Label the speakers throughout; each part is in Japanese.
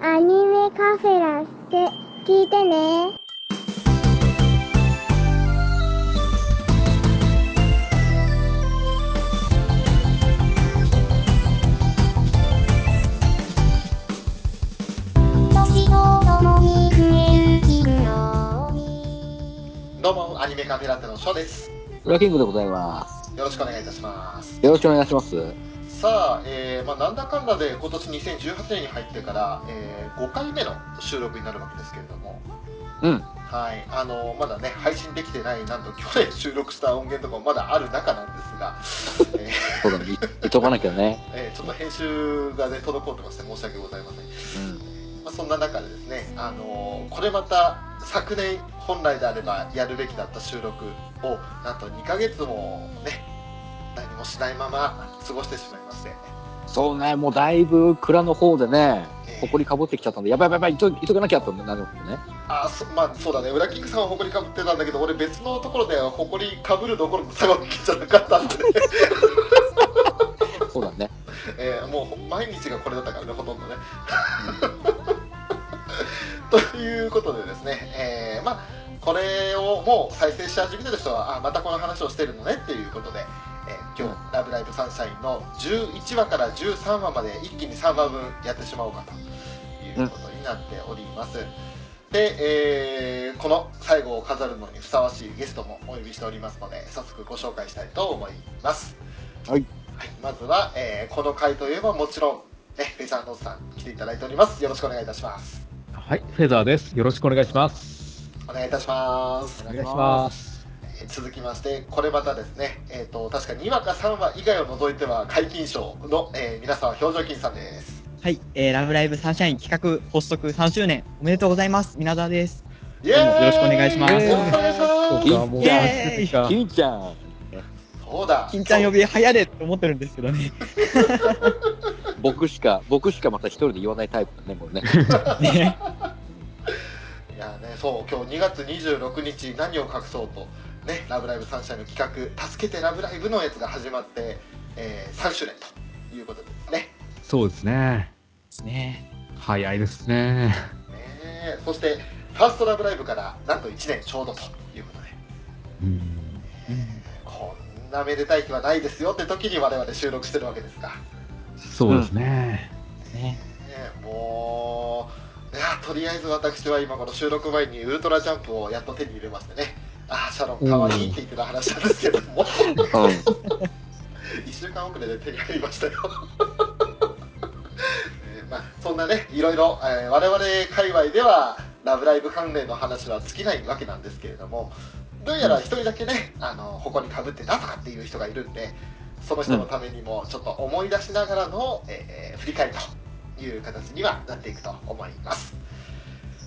Speaker 1: アニメカフェラテ聞いてね。私と共に増える木の実
Speaker 2: どうも、アニメカフェラテのショーです。
Speaker 3: 裏キングでございます。
Speaker 2: よろしくお願いいたします。
Speaker 3: よろしくお願いします。
Speaker 2: さあ、えーまあ、なんだかんだで今年2018年に入ってから、え5回目の収録になるわけですけれども、
Speaker 3: うん。
Speaker 2: はい、あのまだね、配信できてない、なんと去年収録した音源とかもまだある中なんですが、えー
Speaker 3: そうだね。い言っとかなきゃね。
Speaker 2: えーちょっと編集がね、滞ってまして申し訳ございません。まあ、そんな中でですね、あのーこれまた昨年本来であればやるべきだった収録をなんと2ヶ月もね何もしないまま過ごしてしまいまして、
Speaker 3: うん。そうね。もうだいぶ蔵の方でね、
Speaker 2: えー
Speaker 3: 埃かぶってきちゃったんで、やばいやばいやばい、言っと言っとかなきゃってなるもんね。
Speaker 2: あーそまあそうだね裏キングさんは埃かぶってたんだけど俺別のところで埃かぶるどころの差が大きいじゃなかったんでね、
Speaker 3: そうだね。
Speaker 2: えーもう毎日がこれだったからねほとんどね ということでですね、えーまあこれをもう再生し始めてる人はあまたこの話をしてるのねっていうことで、えー今日「ラブライブサンシャイン」の11話から13話まで一気に3話分やってしまおうかということになっております、で、えーこの最後を飾るのにふさわしいゲストもお呼びしておりますので早速ご紹介したいと思います
Speaker 3: はい、
Speaker 2: はい、まずは、えーこの回といえばもちろん、ね、フェイサーノーズさん来ていただいておりますよろしくお願いいたします
Speaker 4: はい、フェザーです。よろしくお願いします。
Speaker 2: お願いいたします
Speaker 3: お
Speaker 4: お願いします。
Speaker 2: えー続きましてこれまたですね、えー、と確か2話か3話以外を除いては皆勤賞の、えー皆さんは表情筋さんです
Speaker 5: はい、えー、ラブライブサンシャイン企画発足3周年おめでとうございます。皆沢です。
Speaker 2: イエーイ
Speaker 5: どうもよろしくお願いします
Speaker 2: よろしくお願いし
Speaker 4: そ
Speaker 2: ま
Speaker 4: う
Speaker 2: す
Speaker 4: か、もう
Speaker 5: イエーイ
Speaker 4: 出てきた
Speaker 3: 金ちゃん。
Speaker 2: そうだ
Speaker 5: 金ちゃん呼び流行れって思ってるんですけど ね。
Speaker 3: 僕しか、僕しかまた一人で言わないタイプだね、もうね。
Speaker 5: ね
Speaker 2: いやねそう今日2月26日何を隠そうとね「ラブライブサンシャイン」の企画「助けてラブライブ」のやつが始まって、え3周年ということですね
Speaker 4: そうですね。
Speaker 5: ね
Speaker 4: 早いですね。
Speaker 2: ねえそして「ファーストラブライブ!」からなんと1年ちょうどということで
Speaker 4: うん
Speaker 2: こんなめでたい日はないですよって時に我々収録してるわけですが、ね
Speaker 4: そうですね。
Speaker 5: ね
Speaker 2: えもういやとりあえず私は今この収録前にウルトラジャンプをやっと手に入れましてねああシャロンかわいいって言ってた話なんですけども
Speaker 3: う
Speaker 2: 1週間遅れで手に入りましたよ えーまあ、そんなねいろいろ、えー我々界隈では「ラブライブ!」関連の話は尽きないわけなんですけれどもどうやら一人だけねあのここにかぶってたとかっていう人がいるんでその人のためにもちょっと思い出しながらの、えー振り返りという形にはなっていくと思います、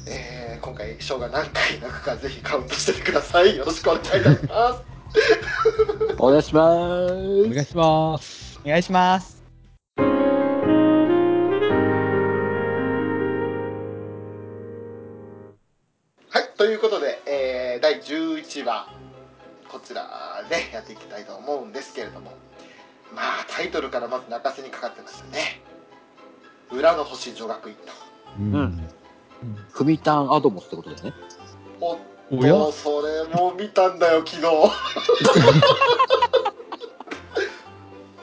Speaker 2: えー今回ショーが何回泣くかぜひカウントしててくださいよろしくお願いいたします
Speaker 3: ん。お願いしま
Speaker 4: お願い
Speaker 3: す。
Speaker 4: します。
Speaker 5: お願いします。
Speaker 2: はい、ということで、えー第11話こちらでやっていきたいと思うんですけれどもまあタイトルからまず泣かせにかかってましたね裏の星女学院と
Speaker 4: うん。
Speaker 3: クミタンアドモスってことですね。
Speaker 2: おっ
Speaker 4: おや
Speaker 2: とそれも見たんだよ昨日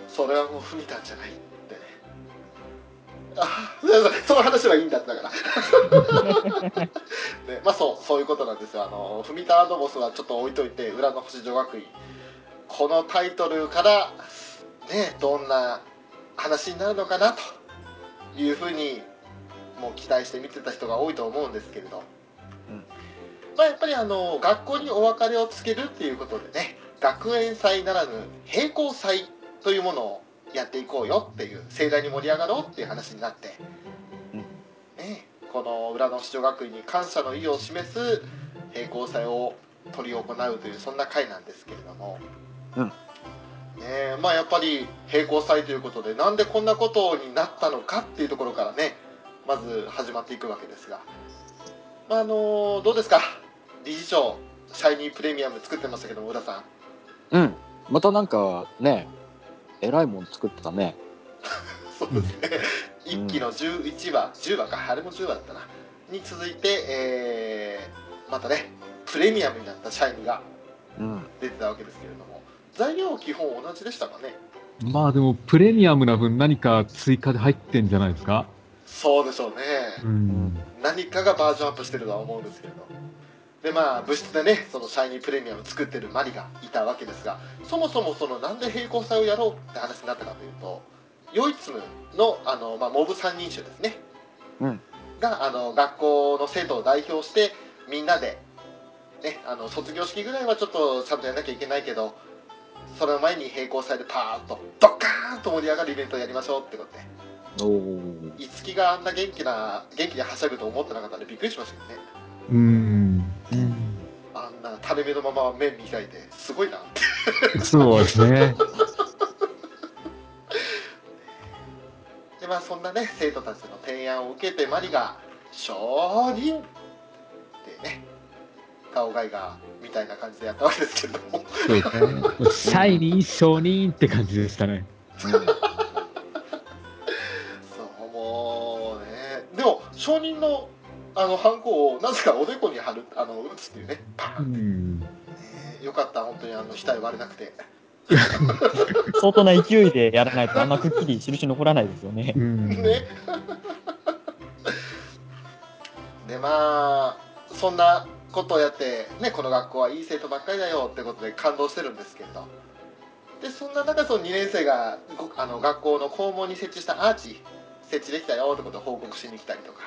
Speaker 2: それはもうふみたんじゃないってあその話はいいんだだから でまあそうそういうことなんですよあのフミタアドボスはちょっと置いといて裏の星女学院このタイトルからねどんな話になるのかなというふうにもう期待して見てた人が多いと思うんですけれど、
Speaker 3: うん
Speaker 2: まあやっぱりあの学校にお別れをつけるっていうことでね学園祭ならぬ並行祭というものをやっていこうよっていう盛大に盛り上がろうっていう話になって、
Speaker 3: うん
Speaker 2: ね、この裏の市女学院に感謝の意を示す並行祭を執り行うというそんな回なんですけれども、
Speaker 3: うん
Speaker 2: ねえまあやっぱり並行祭ということでなんでこんなことになったのかっていうところからねまず始まっていくわけですが、まあ、あのどうですか理事長シャイニープレミアム作ってましたけども浦さん
Speaker 3: うん。またなんかね、えらいもん作ってたね。
Speaker 2: そうですね。 1期の11話10話かあれも10話だったなに続いて、えーまたねプレミアムになったシャイニが
Speaker 3: うん。
Speaker 2: 出てたわけですけれども材料は基本同じでしたかね
Speaker 4: まあでもプレミアムな分何か追加で入ってんじゃないですか
Speaker 2: そうでしょうね、
Speaker 4: うん
Speaker 2: 何かがバージョンアップしてるとは思うんですけれどでまあ部室でねそのシャイニープレミアムを作ってるマリがいたわけですがそもそもそのなんで並行祭をやろうって話になったかというとヨイツムのあの、まあ、モブ三人衆ですね、
Speaker 3: うん
Speaker 2: があの学校の生徒を代表してみんなで、ね、あの卒業式ぐらいはちょっとちゃんとやんなきゃいけないけどそれを前に並行祭でパーッとドッカーンと盛り上がるイベントをやりましょうってことで
Speaker 3: おお。
Speaker 2: いつきがあんな元気な元気ではしゃぐと思ってなかったんでびっくりしましたよね
Speaker 4: うん
Speaker 2: あんな垂れ目のまま目見開いてすごいなって
Speaker 4: そうですね
Speaker 2: でまあそんなね生徒たちの提案を受けてマリが「商人!」ってね顔がいがみたいな感じでやったわけですけれども
Speaker 4: そうですねシャイニー承認って感じでしたね
Speaker 2: そうもうねでも商人のあのハンコをなぜかおでこに貼るあの打つっていうねパ
Speaker 4: う
Speaker 2: ーン、
Speaker 4: ん
Speaker 2: えーよかった本当にあの額割れなくて
Speaker 5: 相当な勢いでやらないとあんなくっきり印残らないですよね
Speaker 4: う。ん
Speaker 2: ね。 でまあそんなことをやって、ね、この学校はいい生徒ばっかりだよってことで感動してるんですけれどでそんな中その2年生がごあの学校の校門に設置したアーチ設置できたよってことを報告しに来たりとか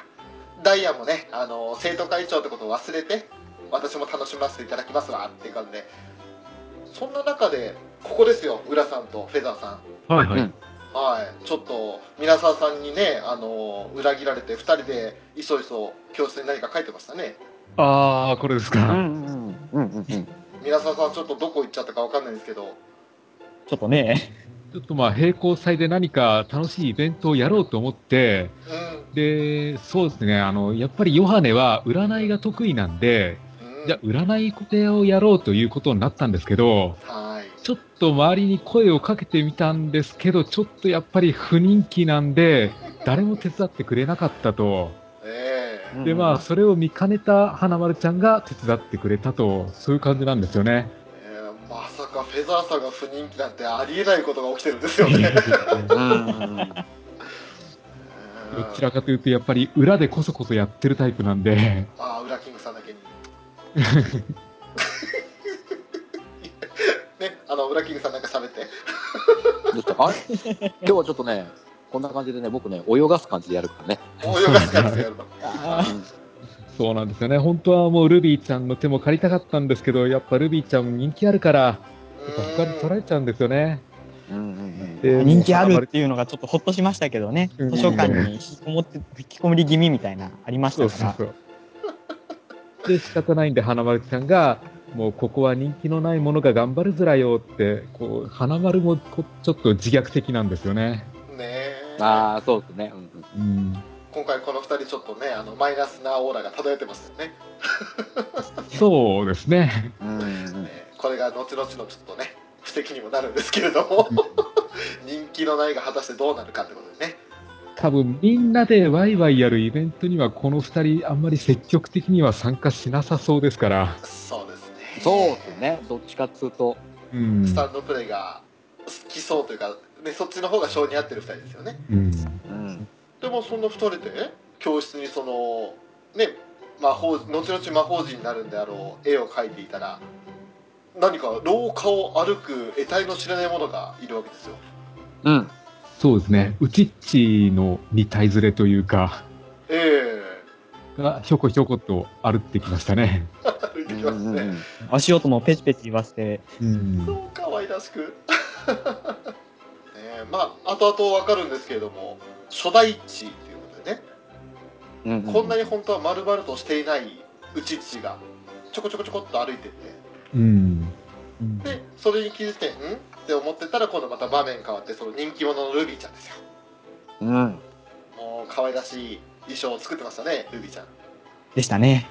Speaker 2: ダイヤもねあの生徒会長ってことを忘れて私も楽しませていただきますわっていう感じでそんな中でここですよ浦さんとフェザーさん
Speaker 4: はいは
Speaker 3: う
Speaker 4: い
Speaker 3: ん
Speaker 2: はい、ちょっと皆沢さんにね、あの裏切られて2人でいそいそ教室に何か書いてましたね
Speaker 4: ああこれです
Speaker 3: う
Speaker 4: か
Speaker 3: んうんうんうんうん。
Speaker 2: 皆沢さんちょっとどこ行っちゃったかわかんないんですけど
Speaker 5: ちょっとね、
Speaker 4: ちょっとまあ並行祭で何か楽しいイベントをやろうと思って
Speaker 2: う
Speaker 4: でそうですねあのやっぱりヨハネは占いが得意なんで
Speaker 2: ん、うん、
Speaker 4: じゃあ占い小手をやろうということになったんですけど
Speaker 2: はい
Speaker 4: ちょっと周りに声をかけてみたんですけど、ちょっとやっぱり不人気なんで、誰も手伝ってくれなかったと。
Speaker 2: ええ
Speaker 4: で、まあ、それを見かねた花丸ちゃんが手伝ってくれたと、そういう感じなんですよね。
Speaker 2: ええまさかフェザーさんが不人気なんてありえないことが起きてるんですよね
Speaker 3: うん。
Speaker 4: どちらかというと、やっぱり裏でこそこそやってるタイプなんで、
Speaker 2: ああ裏キングさん だけにねあの裏キングさんなんか喋って
Speaker 3: ちょっとあれ今日はちょっとね、こんな感じでね、僕ね、泳がす感じでやるからね。
Speaker 2: 泳がすからですよやるの
Speaker 4: そうなんですよね。本当はもうルビーちゃんの手も借りたかったんですけど、やっぱルビーちゃん人気あるから、やっぱ 他に取られちゃうんですよね。
Speaker 3: うんうん
Speaker 4: で
Speaker 5: 人気あるっていうのがちょっとほっとしましたけどね、
Speaker 4: うん
Speaker 5: 図書館に引きこもって、引きこもり気味みたいな、ありまし
Speaker 4: そ
Speaker 5: た
Speaker 4: うそう
Speaker 5: か
Speaker 4: そう。で、仕方ないんで、花丸ちゃんが、もうここは人気のないものが頑張るずらよって、こう、花丸もこちょっと自虐的なんですよね。
Speaker 2: ねえ
Speaker 3: うん。ああ、そうですね。うんうん
Speaker 4: うん。
Speaker 2: 今回この2人ちょっとねあのマイナスなオーラが漂ってますよね
Speaker 4: そうですね。
Speaker 3: うん
Speaker 2: ねこれが後々のちょっとね布石にもなるんですけれども人気のないが果たしてどうなるかってことでね
Speaker 4: 多分みんなでワイワイやるイベントにはこの二人あんまり積極的には参加しなさそうですから。
Speaker 2: そうですね
Speaker 3: そうですね。どっちかっつうと。
Speaker 4: うん。
Speaker 2: スタンドプレーが好きそうというか、ね、そっちの方が性に合ってる2人ですよね
Speaker 4: うん。
Speaker 3: うん。
Speaker 2: でもそんな2人で教室にそのね魔法後々魔法人になるんであろう絵を描いていたら何か廊下を歩く得体の知らないものがいるわけですよ
Speaker 3: うん。
Speaker 4: そうですね。うちっちのに体ずれというか、
Speaker 2: え
Speaker 4: がひょこひょこと歩ってきましたね。
Speaker 2: え歩いてきますね、
Speaker 5: ら。足音もペチペチ言わせて、
Speaker 4: うん。
Speaker 2: そう可愛らしく ねえまあ後々わかるんですけれども初代地っていうことでね、
Speaker 3: うん
Speaker 2: こんなに本当は丸々としていないうち地がちょこちょこちょこっと歩いてって
Speaker 4: うん。
Speaker 2: でそれに気づいてんって思ってたら今度また場面変わってその人気者のルビーちゃんですよ
Speaker 3: うん。
Speaker 2: もう可愛らしい衣装を作ってましたねルビーちゃん
Speaker 5: でしたね。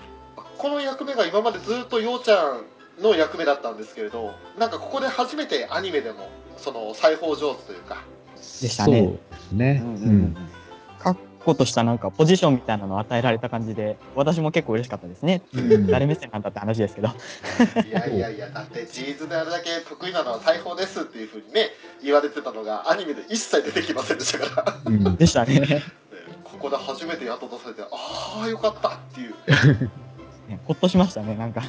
Speaker 2: この役目が今までずっとようちゃんの役目だったんですけれどなんかここで初めてアニメでもその裁縫上手というか
Speaker 5: でしたね
Speaker 4: そうですね。
Speaker 3: う
Speaker 4: うんん。
Speaker 3: うん
Speaker 2: か
Speaker 5: 個としたなんかポジションみたいなのを与えられた感じで、私も結構嬉しかったですね。誰目線なんだって話ですけど。
Speaker 2: いやいやいや、だってジーズであれだけ得意なのは裁縫ですっていうふうにね、言われてたのが、アニメで一切出てきませんでしたから、ね
Speaker 4: うん
Speaker 5: でしたね。
Speaker 2: ここで初めて雇とされて、ああ、よかったっていう。
Speaker 5: ねほっとしましたね、なんか。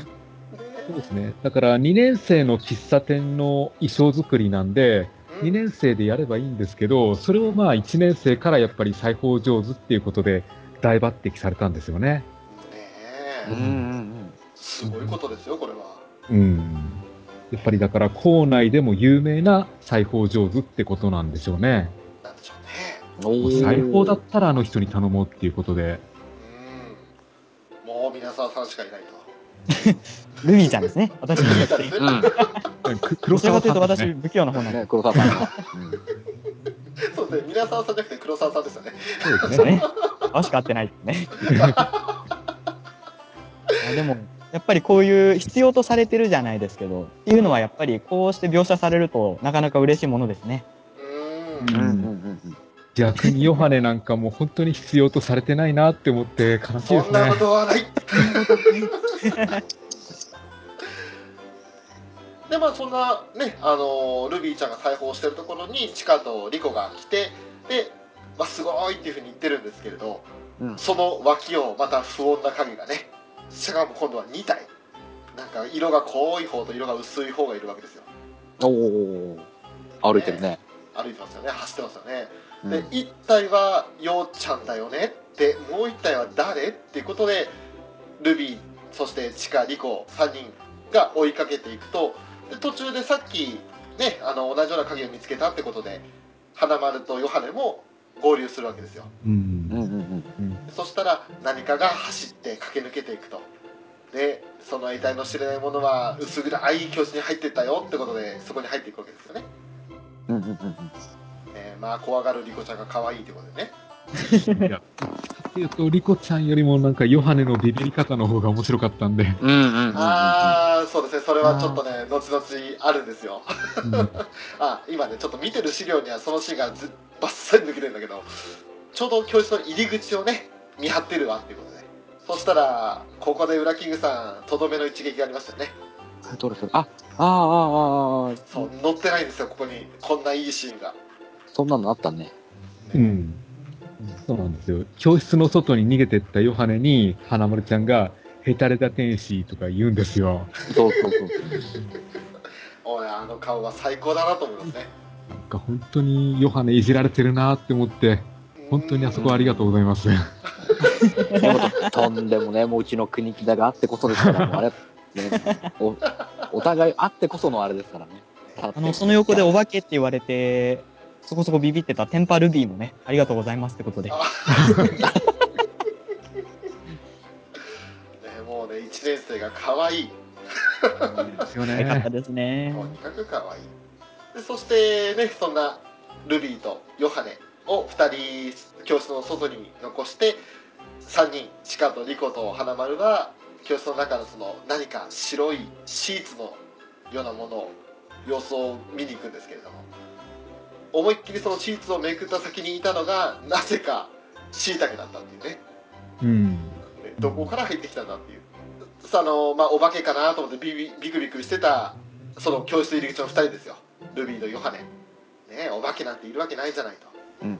Speaker 4: そうですね。だから2年生の喫茶店の衣装作りなんで、
Speaker 2: うん
Speaker 4: 2年生でやればいいんですけど、それをまあ1年生からやっぱり裁縫上手っていうことで大抜擢されたんですよね。
Speaker 2: ね
Speaker 3: うんう
Speaker 2: え、
Speaker 3: ん
Speaker 2: すごいことですよ、これは。
Speaker 4: うん。やっぱりだから校内でも有名な裁縫上手ってことなんでしょうね。
Speaker 2: なんでしょうね。
Speaker 3: うん。おー
Speaker 4: 裁縫だったらあの人に頼もうっていうことで。
Speaker 2: うん。もう皆さんさんしかいないと。
Speaker 5: ルミーちゃんです ね。私の
Speaker 2: 聞い
Speaker 5: 方
Speaker 2: た
Speaker 5: が
Speaker 2: です
Speaker 3: う
Speaker 2: ね。
Speaker 3: ん。
Speaker 4: く
Speaker 5: ど
Speaker 4: 黒
Speaker 5: ちら
Speaker 4: 沢
Speaker 5: かとい
Speaker 4: さ
Speaker 5: うんと
Speaker 4: ですね。
Speaker 5: 私、不器用な方なんで
Speaker 3: ね、黒沢さんが。うん
Speaker 2: そうですね、皆さんさんじゃなくて黒沢さんですよね。
Speaker 4: そうです
Speaker 5: す
Speaker 4: ね
Speaker 5: よね。わしか合ってないです ね。いやでも、やっぱりこういう必要とされてるじゃないですけど、っていうのはやっぱりこうして描写されるとなかなか嬉しいものですね。
Speaker 2: うん。
Speaker 3: うんうん
Speaker 4: 逆にヨハネなんかもう本当に必要とされてないなって思って悲しいで
Speaker 2: そ
Speaker 4: す
Speaker 2: ん
Speaker 4: ね。
Speaker 2: なことはない。 でまあそんなねあのルビーちゃんが裁縫してるところにチカとリコが来てで。まあ、すごいっていうふうに言ってるんですけれど、
Speaker 3: うん
Speaker 2: その脇をまた不穏な影がねしかも今度は2体なんか色が濃い方と色が薄い方がいるわけですよ
Speaker 3: うん。おー歩いてるね。
Speaker 2: 歩いてますよね走ってますよね
Speaker 3: うん
Speaker 2: で1体はようちゃんだよねでもう1体は誰っていうことでルビーそしてチカリコ3人が追いかけていくとで途中でさっきねあの同じような影を見つけたってことで花丸とヨハネも合流するわけですよ
Speaker 4: うん
Speaker 3: うんうんうん。
Speaker 2: そしたら何かが走って駆け抜けていくとでその得体の知れないものは薄暗い教室に入ってったよってことでそこに入っていくわけですよね、
Speaker 3: うんうんうんうん。
Speaker 2: えーまあ怖がるリコちゃんが可愛いってことでね
Speaker 4: っていうと、リコちゃんよりもなんかヨハネのビビり方の方が面白かったんで、
Speaker 3: うんうんうんうん。
Speaker 2: ああそうですねそれはちょっとね後々あるんですよあ今ねちょっと見てる資料にはそのシーンがずバッサリ抜けてるんだけどちょうど教室の入り口をね見張ってるわっていうことでそしたらここで裏キングさんとどめの一撃がありましたよね
Speaker 3: どれそれあ、ああ、ああ、
Speaker 2: そう載ってないんですよここにこんないいシーンが
Speaker 3: そんなのあったね。
Speaker 4: うん、そうなんですよ。教室の外に逃げてったヨハネに、花丸ちゃんが、ヘタレタ天使とか言うんですよ。
Speaker 3: そうそうそう。
Speaker 2: おいあの顔は最高だなと思いますね
Speaker 4: なんか本当にヨハネいじられてるなって思って、本当にあそこはありがとうございます。
Speaker 3: でもとんでもね、もううちの国木田があってこそですから、もうあれ、ね、おお互いあってこそのあれですからね。
Speaker 5: あの、その横でお化けって言われて、そこそこビビってたテンパルビーもね、ありがとうございますってことで。
Speaker 2: ねもうね1年生が可愛い
Speaker 4: ですよ
Speaker 5: よかっ
Speaker 4: ね。
Speaker 5: たですね。
Speaker 2: とにかく可愛いでそしてねそんなルビーとヨハネを2人教室の外に残して3人チカとリコと花丸は教室の中のその何か白いシーツのようなものを様子を見に行くんですけれども思いっきりそのシーツをめくった先にいたのがなぜかシイタケだったっていうね
Speaker 4: うん。
Speaker 2: ねどこから入ってきたんだっていうその、まあ、お化けかなと思ってビビビクビクしてたその教室入り口の2人ですよルビーとヨハネねえお化けなんているわけないじゃないと
Speaker 3: うんうん
Speaker 2: っ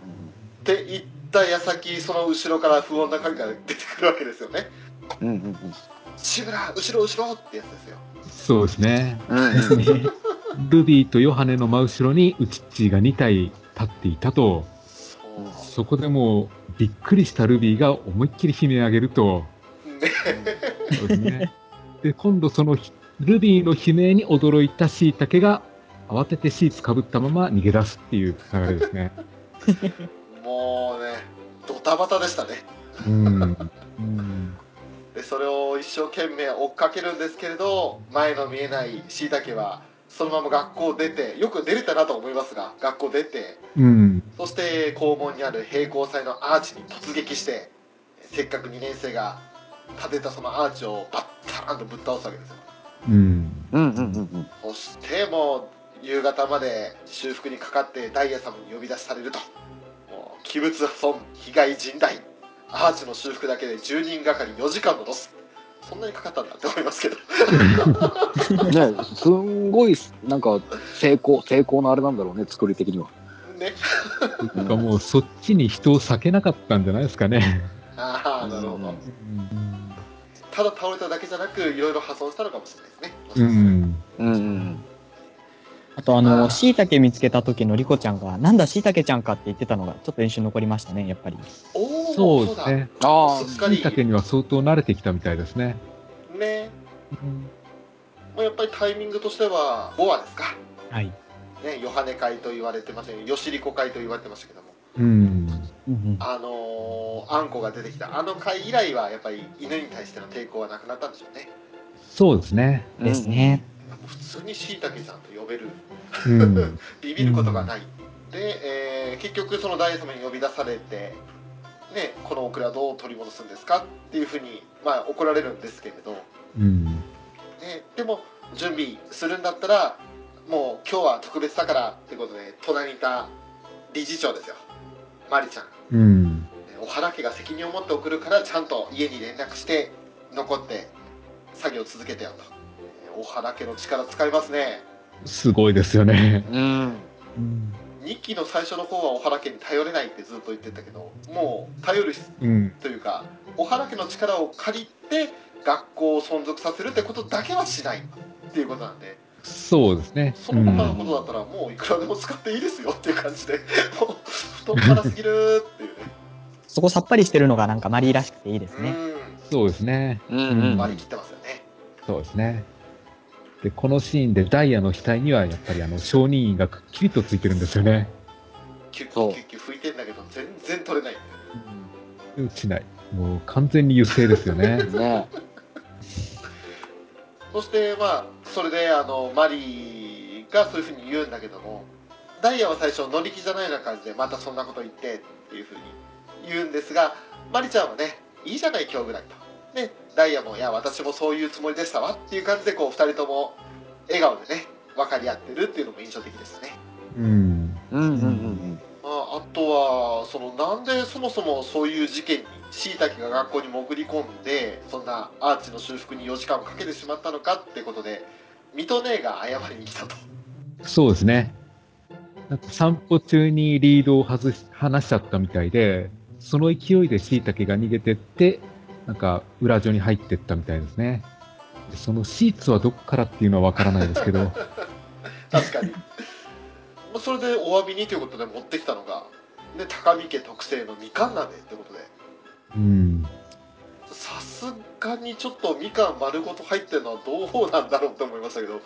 Speaker 2: て言った矢先その後ろから不穏な影が出てくるわけですよね
Speaker 3: うんうんうん
Speaker 2: 志村後ろ後ろってやつですよ
Speaker 4: そうですね。
Speaker 3: うんうん うん
Speaker 4: ルビーとヨハネの真後ろにウチッチーが2体立っていたと、
Speaker 2: そ
Speaker 4: そこでもうびっくりしたルビーが思いっきり悲鳴上げると、
Speaker 2: うね
Speaker 4: そうですね。で、今度そのひルビーの悲鳴に驚いたシイタケが慌ててシーツかぶったまま逃げ出すっていう流れですね。
Speaker 2: もうねドタバタでしたね
Speaker 4: うん。うん。
Speaker 2: でそれを一生懸命追っかけるんですけれど前の見えないしいたけはそのまま学校出てよく出れたなと思いますが学校出て
Speaker 4: うん。
Speaker 2: そして校門にある平行祭のアーチに突撃してせっかく2年生が立てたそのアーチをバッターンとぶっ倒すわけですよ
Speaker 4: うん。
Speaker 3: うんうんうん
Speaker 2: そしてもう夕方まで修復にかかってダイヤ様に呼び出しされるともう器物破損被害甚大アーチの修復だけで10人がかり4時間のロスそんなにかかったんだって思いますけど
Speaker 3: ね、すんごい、なんか、成功、成功のあれなんだろうね、作り的には。
Speaker 2: ね
Speaker 4: なんかもうそっちに人を避けなかったんじゃないですかね。
Speaker 2: ああなるほどただ倒れただけじゃなくいろいろ破損したのかもしれないです
Speaker 4: う
Speaker 2: ね、
Speaker 4: ん。
Speaker 3: うんうん。
Speaker 5: あとあ
Speaker 2: あー
Speaker 5: の、椎茸見つけた時のリコちゃんが、なんだ椎茸ちゃんかって言ってたのが、ちょっと印象に残りましたね、やっぱり。
Speaker 2: おお
Speaker 4: そ
Speaker 2: そうう
Speaker 4: です
Speaker 2: だ
Speaker 4: ね。
Speaker 3: あ
Speaker 2: すっか
Speaker 4: しい
Speaker 2: り
Speaker 4: たけには相当慣れてきたみたいですね。
Speaker 2: ねもうやっぱりタイミングとしては5話ですか
Speaker 5: はい。
Speaker 2: ねヨハネ会と言われてませんよしりこ会と言われてましたけども
Speaker 4: うん。
Speaker 5: うんうん、
Speaker 2: あのー、あんこが出てきたあの回以来はやっぱり犬に対しての抵抗はなくなったんでしょうね
Speaker 4: そうですね。
Speaker 3: あ
Speaker 5: です。ね。
Speaker 2: 普通にしいたけさんと呼べる
Speaker 4: うん。
Speaker 2: ビビることがない、で、えー結局そのダイエ様に呼び出されて、ね、このオクラどう取り戻すんですかっていうふうに、まあ、怒られるんですけれど、ね、
Speaker 4: うん。
Speaker 2: でも準備するんだったらもう今日は特別だからってことで隣にいた理事長ですよマリちゃん
Speaker 4: うん。
Speaker 2: お原家が責任を持って送るからちゃんと家に連絡して残って作業続けてよとお原家の力使いますね
Speaker 4: すごいですよね。
Speaker 3: うん。
Speaker 5: うん
Speaker 2: 日記の最初の方はお原家に頼れないってずっと言ってたけどもう頼る
Speaker 4: うん。
Speaker 2: というかお原家の力を借りて学校を存続させるってことだけはしないっていうことなんで
Speaker 4: そうですね。
Speaker 2: そうの他の
Speaker 4: ん。
Speaker 2: ことだったらもういくらでも使っていいですよっていう感じでもう太っ腹すぎるっていうね
Speaker 5: そこさっぱりしてるのがなんかマリーらしくていいですね。
Speaker 4: そうですね。
Speaker 3: うん
Speaker 2: う
Speaker 4: うんん
Speaker 2: 割り切ってますよね
Speaker 4: そうですね。で、このシーンでダイヤの額にはやっぱりあの、承認員がくっきりとついてるんですよね。
Speaker 2: キュッキ
Speaker 3: そ
Speaker 2: ュ
Speaker 3: う
Speaker 2: ッキュッキュッ拭いてんだけど全然取れない
Speaker 4: 打ちない。もう完全に油性ですよね。
Speaker 3: ね
Speaker 2: そしてまあそれであのマリーがそういうふうに言うんだけどもダイヤは最初乗り気じゃないような感じでまたそんなこと言ってっていうふうに言うんですがマリちゃんはねいいじゃない今日ぐらいと。でダイヤも「いや私もそういうつもりでしたわ」っていう感じでこう2人とも笑顔でね分かり合ってるっていうのも印象的ですね。
Speaker 4: うん。
Speaker 3: うんうんうん
Speaker 2: まあ、あとはそのなんでそもそもそういう事件にしいたけが学校に潜り込んでそんなアーチの修復に4時間もかけてしまったのかってことでミトネーが謝りに来たと
Speaker 4: そうですね。なんか散歩中にリードを外し、離しちゃったみたいで、その勢いで椎茸が逃げてって、なんか裏所に入ってったみたいですね。でそのシーツはどこからっていうのはわからないですけ ど、
Speaker 2: 確 かにまあそれでお詫びにということで持ってきたのが、ね、高見家特製のみかん鍋ってことで
Speaker 4: うん。
Speaker 2: さすがにちょっとみかん丸ごと入ってるのはどうなんだろうと思いましたけど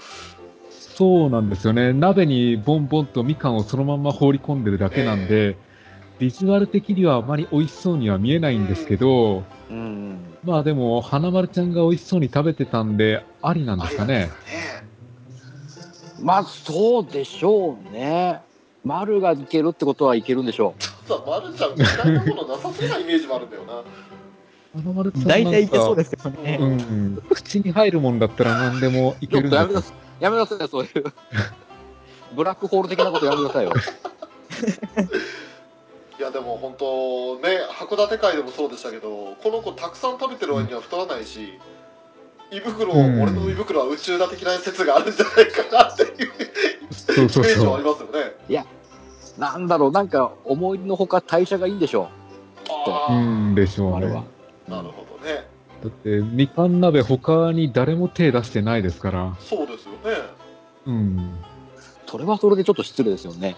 Speaker 4: そうなんですよね。鍋にボンボンとみかんをそのまんま放り込んでるだけなんで、ビジュアル的にはあまり美味しそうには見えないんですけど、
Speaker 3: うん。うん
Speaker 4: まあでも、花丸ちゃんが美味しそうに食べてたんで、ありなんですか
Speaker 2: あれな
Speaker 4: ね
Speaker 2: んで。すかね
Speaker 3: まあ、そうでしょうね。丸がいけるってことはいけるんでしょ。
Speaker 2: さあ丸ちゃん嫌いなものなさそうなイメージもあるんだよな
Speaker 4: 花丸ちゃん
Speaker 5: 大体いけそう
Speaker 4: で
Speaker 5: ですけどね。
Speaker 4: う
Speaker 5: うん
Speaker 4: ん、口に入るもんだったら何でもい
Speaker 3: ち
Speaker 4: うけ
Speaker 3: ょ
Speaker 4: る
Speaker 3: っ
Speaker 4: ん
Speaker 3: と
Speaker 4: だ
Speaker 3: やめなさい。やめなさい、そう いう。ブラックホール的なことやめなさいよ。
Speaker 2: いやでも本当ね函館会でもそうでしたけどこの子たくさん食べてる割には太らないし胃袋、
Speaker 4: うん
Speaker 2: 俺の胃袋は宇宙だ的な説があるんじゃないかなっていう
Speaker 4: そう
Speaker 2: イ
Speaker 4: そう
Speaker 2: メージは
Speaker 4: そ
Speaker 2: あ
Speaker 4: う
Speaker 2: り。ますよね
Speaker 3: なんだろう、なんか、思いのほか代謝がいいんでしょ
Speaker 2: ああ、
Speaker 4: うんでしょうね。
Speaker 3: あれは。
Speaker 2: なるほどね
Speaker 4: だって、みかん鍋他に誰も手出してないですから。
Speaker 2: そうですよね
Speaker 4: うん。
Speaker 3: う。それはそれでちょっと失礼ですよ ね。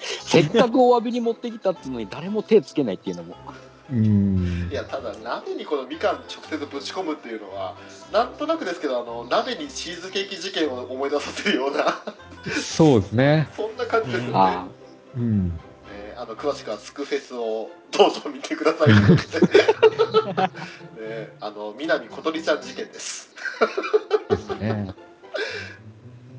Speaker 3: せっかくお詫びに持ってきたっていうのに誰も手つけないっていうのも。
Speaker 4: うん
Speaker 2: い。やただ鍋にこのみかん直接ぶち込むっていうのはなんとなくですけどあの鍋にチーズケーキ事件を思い出させるような
Speaker 4: そうですね。
Speaker 2: そんな感じですよね、
Speaker 3: あ
Speaker 4: うん。
Speaker 2: ねあの詳しくはスクフェスをどうぞ見てくださいということでねあの南小鳥ちゃん事件です
Speaker 4: ですね。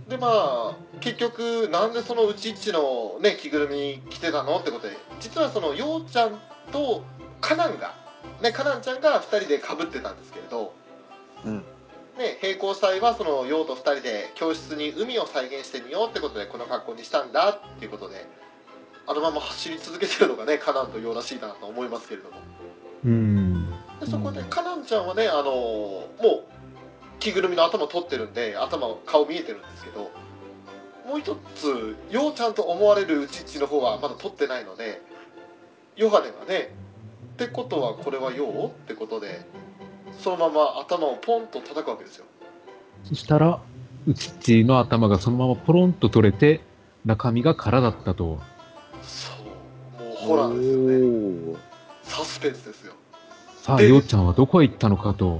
Speaker 2: でまあ結局なんでそのうちっちのね着ぐるみ着てたのってことで実はそのようちゃんとカナンがねカナンちゃんが2人でかぶってたんですけれど
Speaker 3: あ。うん。
Speaker 2: ね、並行祭はその陽と2人で教室に海を再現してみようってことでこの格好にしたんだっていうことであのまま走り続けてるのがねカナンとようらしいなと思いますけれども
Speaker 4: うん。
Speaker 2: でそこで
Speaker 5: うん
Speaker 2: カナンちゃんはねあのもう着ぐるみの頭取ってるんで頭顔見えてるんですけどもう一つようちゃんと思われるうちっちの方はまだ取ってないのでヨハネがねってことはこれはようってことでそのまま頭をポンと叩くわけですよ
Speaker 4: そしたら、うちっちの頭がそのままポロンと取れて、中身が空だったと。
Speaker 2: そうもう
Speaker 3: ほ
Speaker 2: ホ
Speaker 3: ら
Speaker 2: ラ
Speaker 3: お
Speaker 2: ーですよね
Speaker 3: ー
Speaker 2: サスペンスですよ
Speaker 4: さあ、
Speaker 2: で
Speaker 4: ようちゃんはどこへ行ったのかと。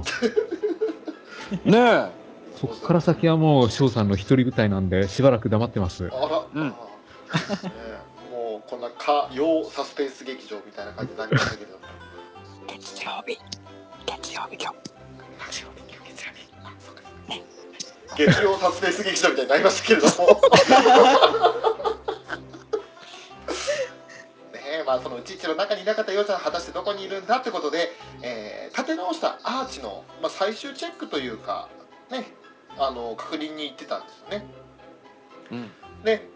Speaker 3: ね
Speaker 4: そこから先はもう、翔さんの一人舞台なんで、しばらく黙ってま
Speaker 2: あ
Speaker 4: す。
Speaker 2: ら、
Speaker 3: うん
Speaker 2: あーそうですねもうこんなか洋サスペンス劇場みたいな感じになりましたけど
Speaker 3: え月曜日月曜日今日
Speaker 2: 月曜日月曜日あそうか月曜サスペンス劇場みたいになりましたけれど もねえまあそのうちいちの中にいなかったようちゃん果たしてどこにいるんだってことで、えー立て直したアーチの、まあ、最終チェックというかねあの確認に行ってたんですよね
Speaker 3: うん
Speaker 2: で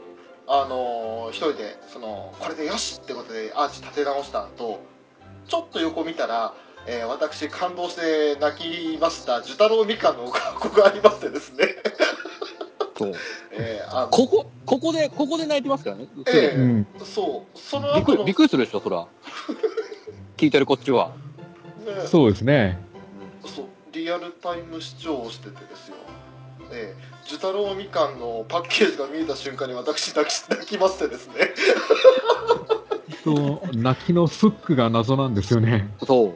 Speaker 2: あのー一人でそのこれでよしってことでアーチ立て直した後ちょっと横見たら、えー私感動して泣きました寿太郎みかんの格好がありましてですね、
Speaker 3: そう
Speaker 2: えーあの
Speaker 3: ここここでここで泣いてますからね、
Speaker 2: ええ
Speaker 4: うん。
Speaker 2: そうその
Speaker 3: びっ
Speaker 2: 後
Speaker 3: くり
Speaker 2: の
Speaker 3: びっくりするでしょそら聞いてるこっちは、
Speaker 2: ね
Speaker 4: そうですね。
Speaker 2: そうリアルタイム視聴をしててですよええ寿太郎みかんのパッケージが見えた瞬間に私泣き泣きましてですね
Speaker 4: そう、泣きのフックが謎なんですよね。
Speaker 3: そう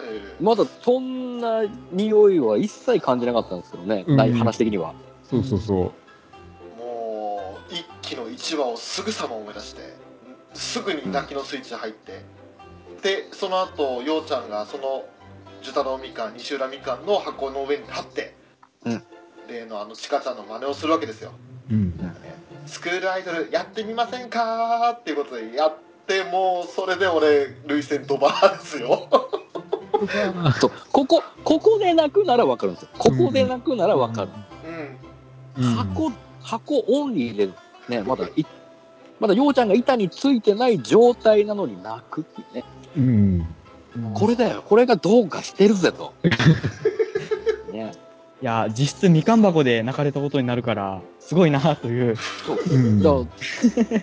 Speaker 2: ええ
Speaker 3: まだそんな匂いは一切感じなかったんですけどね、
Speaker 4: うん
Speaker 3: ない話的には。
Speaker 4: そうそうそ
Speaker 2: もう一期の1話をすぐさま思い出してすぐに泣きのスイッチ入って、でその後ようちゃんがその寿太郎みかん西浦みかんの箱の上に立って、
Speaker 3: うん
Speaker 2: 例のあのちかちゃんの真似をするわけですよ
Speaker 4: う。うん。
Speaker 2: スクールアイドルやってみませんかーっていうことでやってもうそれで俺涙腺ドバーです よ
Speaker 3: そうここここで泣くならわかるんですよ。ここで泣くならわかる。
Speaker 2: うん
Speaker 4: うん。
Speaker 3: 箱箱オンリーでねまだいまだようちゃんが板についてない状態なのに泣くっていうね。
Speaker 4: うん。
Speaker 3: これだよこれがどうかしてるぜと。ね
Speaker 5: いや、実質みかん箱で泣かれたことになるから、すごいなという。
Speaker 3: そう。
Speaker 4: うん。
Speaker 3: だか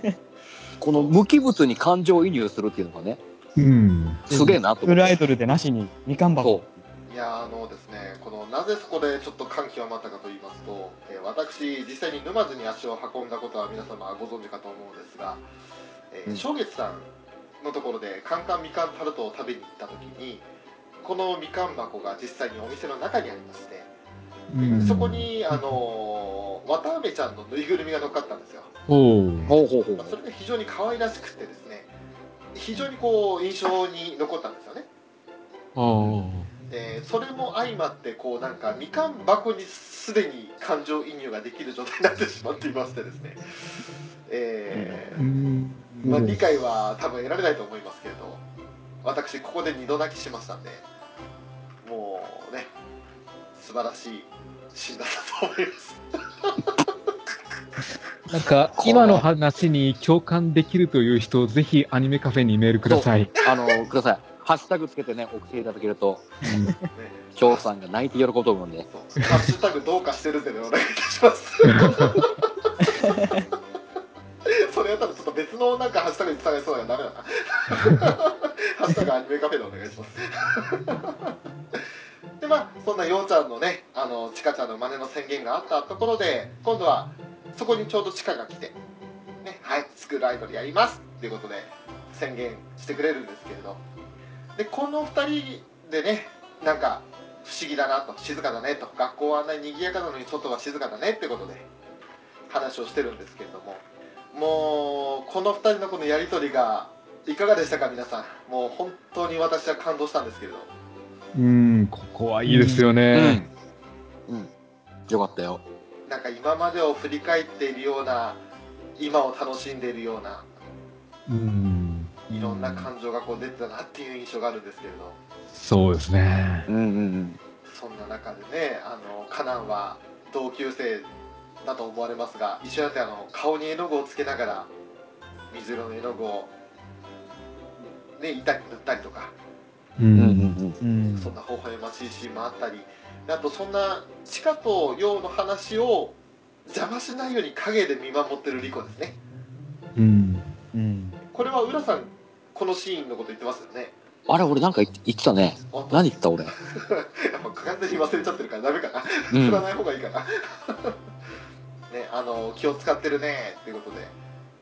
Speaker 3: らこの無機物に感情移入するっていうのがね
Speaker 4: うん。
Speaker 3: すげえなと
Speaker 5: フ
Speaker 3: 思っ
Speaker 5: ルア
Speaker 3: て。
Speaker 5: イドルでなしにみかん箱。
Speaker 3: そ
Speaker 2: いやーあのですねこのなぜそこでちょっと感極まったかと言いますと、えー私実際に沼津に足を運んだことは皆様ご存知かと思うんですがえー
Speaker 3: うん
Speaker 2: 正月、さんのところでカンカンみかんタルトを食べに行った時にこのみかん箱が実際にお店の中にありまして、
Speaker 4: うん。
Speaker 2: そこ。にあのー綿あめちゃんのぬいぐるみが乗っかったんですよ
Speaker 4: お
Speaker 3: う。
Speaker 4: う。
Speaker 3: ほうほうほう
Speaker 2: まあ。それが非常に可愛らしくてですね非常にこう印象に残ったんですよね
Speaker 4: あ
Speaker 2: でそれも相まってこうなんかみかん箱にすでに感情移入ができる状態になってしまっていましてですね、え
Speaker 4: あ。
Speaker 2: ー
Speaker 4: うん。
Speaker 2: まあ、理解は多分得られないと思いますけれど私ここで二度泣きしましたんでもうね素晴らしい診断だと思います
Speaker 4: なんか、今の話に共感できるという人、ぜひアニメカフェにメールください。
Speaker 3: そう。あの、ください。ハッシュタグつけてね、送っていただけると、
Speaker 2: ね
Speaker 3: 翔さんが泣いて喜ぶので。
Speaker 2: そうハッシュタグどうかしてるんでねお願いいたしますそれは多分ちょっと別のなんかハッシュタグに伝えそうやダメだなハッシュタグアニメカフェでお願いしますでまあそんなようちゃんのねあのちかちゃんの真似の宣言があったところで今度はそこにちょうどちかが来て「ね、はいスクールアイドルやります」っていうことで宣言してくれるんですけれどでこの2人でねなんか不思議だなと静かだねと学校はあんなに賑やかなのに外は静かだねってことで話をしてるんですけれどももうこの2人のこのやり取りがいかがでしたか皆さんもう本当に私は感動したんですけれど
Speaker 4: うん、ここはいいですよね。
Speaker 3: うん。うん。よかったよ。
Speaker 2: なんか今までを振り返っているような今を楽しんでいるような
Speaker 4: うん。
Speaker 2: いろんな感情がこう出てたなっていう印象があるんですけれど
Speaker 4: そうですね
Speaker 3: う。んうんうん。
Speaker 2: そんな中でねあのカナンは同級生だと思われますが一緒になってあの顔に絵の具をつけながら水色の絵の具を、ね、板に塗ったりとか、
Speaker 4: う
Speaker 3: うんうん
Speaker 4: ん。
Speaker 3: うん。
Speaker 5: うん
Speaker 2: そんな微笑ましいシーンもあったり、あとそんな地下と陽の話を邪魔しないように陰で見守ってるリコですね。
Speaker 4: うん。
Speaker 5: うん
Speaker 2: これは浦さん、このシーンのこと言ってますよね。
Speaker 3: あれ、俺なんか言って言ってたね。
Speaker 2: 本当
Speaker 3: 何言った俺。
Speaker 2: やっぱ完全に忘れちゃってるからダメかな。
Speaker 3: う
Speaker 2: 振
Speaker 3: ん
Speaker 2: ら。ない方がいいかな。 ね、あの気を使ってるねっていうことで、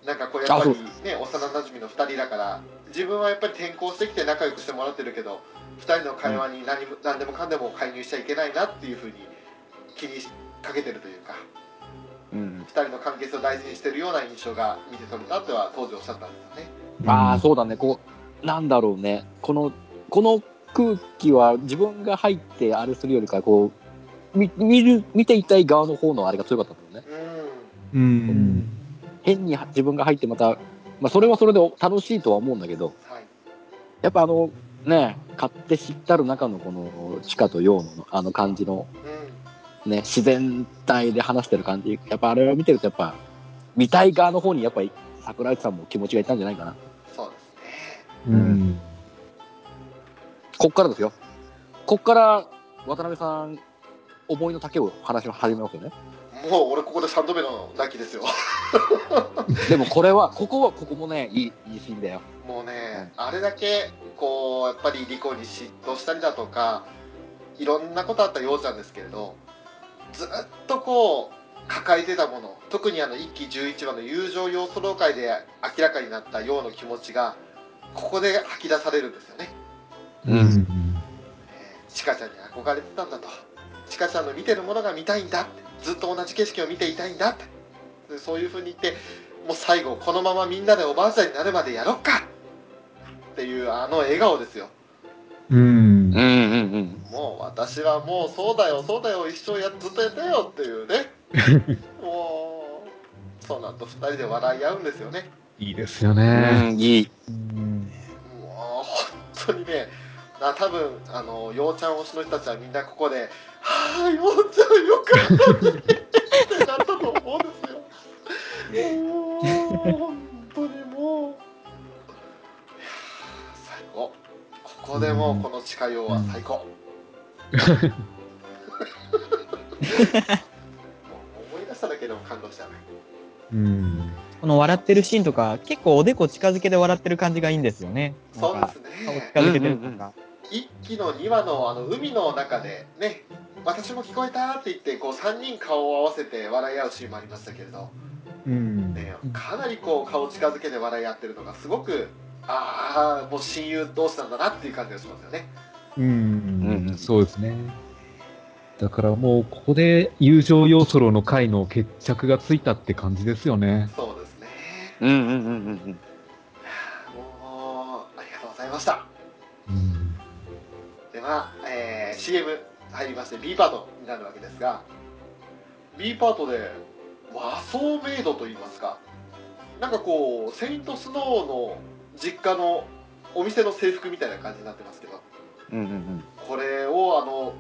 Speaker 2: なんかこれやっぱり
Speaker 3: あそ
Speaker 2: ね、幼馴染の2人だから、自分はやっぱり転校してきて仲良くしてもらってるけど、2人の会話に何も何でもかんでも介入しちゃいけないなっていうふうに気にかけてるというか、
Speaker 3: うん
Speaker 2: 2人の関係性を大事にしてるような印象が見て取れたとは当時おっしゃったんですよね。
Speaker 3: ああ、そうだね。こう、なんだろうね。この、この空気は自分が入ってあれするよりか、こう、み見る、見ていたい側の方のあれが強かったんだよね。
Speaker 2: う
Speaker 4: う。
Speaker 5: うんん
Speaker 3: 変に自分が入ってまた、まあ、それはそれで楽しいとは思うんだけど、
Speaker 2: ん、はい。
Speaker 3: やっぱあの、ね、買って知ったる中のこの、地下と陽のあの感じの、
Speaker 2: う
Speaker 3: ね、自然体で話してる感じ、やっぱあれを見てると、やっぱ、見たい側の方に、やっぱり、桜内さんも気持ちがいったんじゃないかな。
Speaker 2: ん、そうですね。
Speaker 4: うん。
Speaker 3: こっからですよ。こっから、渡辺さん、思いの丈を話を始めますよね。
Speaker 2: もう俺ここで3度目の泣きですよ。
Speaker 3: でもこれは、ここは、ここもね、いい、いいシーンだよ。
Speaker 2: もうね、あれだけこうやっぱりリコに嫉妬したりだとかいろんなことあったようちゃんですけれどずっとこう抱えてたもの特にあの1期11話の友情要素老会で明らかになったようの気持ちがここで吐き出されるんですよね。
Speaker 4: うん。
Speaker 2: ちかちゃんに憧れてたんだとちかちゃんの見てるものが見たいんだってずっと同じ景色を見ていたいんだってでそういうふうに言ってもう最後このままみんなでおばあちゃんになるまでやろっかっていうあの笑顔ですよ
Speaker 4: うん。
Speaker 3: うんうんうん。
Speaker 2: もう私はもうそうだよそうだよ一生やずっとやってよっていうねもうその後二人で笑い合うんですよね
Speaker 4: いいですよ
Speaker 3: う
Speaker 4: ね。
Speaker 3: ん、いい。
Speaker 5: うん
Speaker 2: もう本当にねな多分あの陽ちゃん推しの人たちはみんなここで「はあ陽ちゃんよかったね」ってなったと思うんですよ。もう本当にもういやー最高ここでもうこの地下用は最高。 もう思い出しただけでも感動したね。
Speaker 4: うん。
Speaker 5: この笑ってるシーンとか結構おでこ近づけて笑ってる感じがいいんですよね。なん
Speaker 2: そう
Speaker 5: か
Speaker 2: です
Speaker 5: 顔
Speaker 2: ね。
Speaker 5: 近づけてるとか。
Speaker 2: 一期の2話のあの海の中でね私も聞こえたって言ってこう3人顔を合わせて笑い合うシーンもありましたけれど、
Speaker 4: うん。
Speaker 2: ね、かなりこう顔近づけて笑い合ってるのがすごくああもう親友同士なんだなっていう感じがしますよね
Speaker 4: うんうんそうですね。だからもう、ここで友情要素の回の決着がついたって感じですよね。
Speaker 2: そうですね
Speaker 3: うんうんうんうんうん。
Speaker 2: もうありがとうございました
Speaker 4: うん。
Speaker 2: では、えー CM 入りまして B パートになるわけですが B パートで和装メイドといいますかなんかこうセイントスノーの実家のお店の制服みたいな感じになってますけど
Speaker 3: うんうんうん。
Speaker 2: これをあの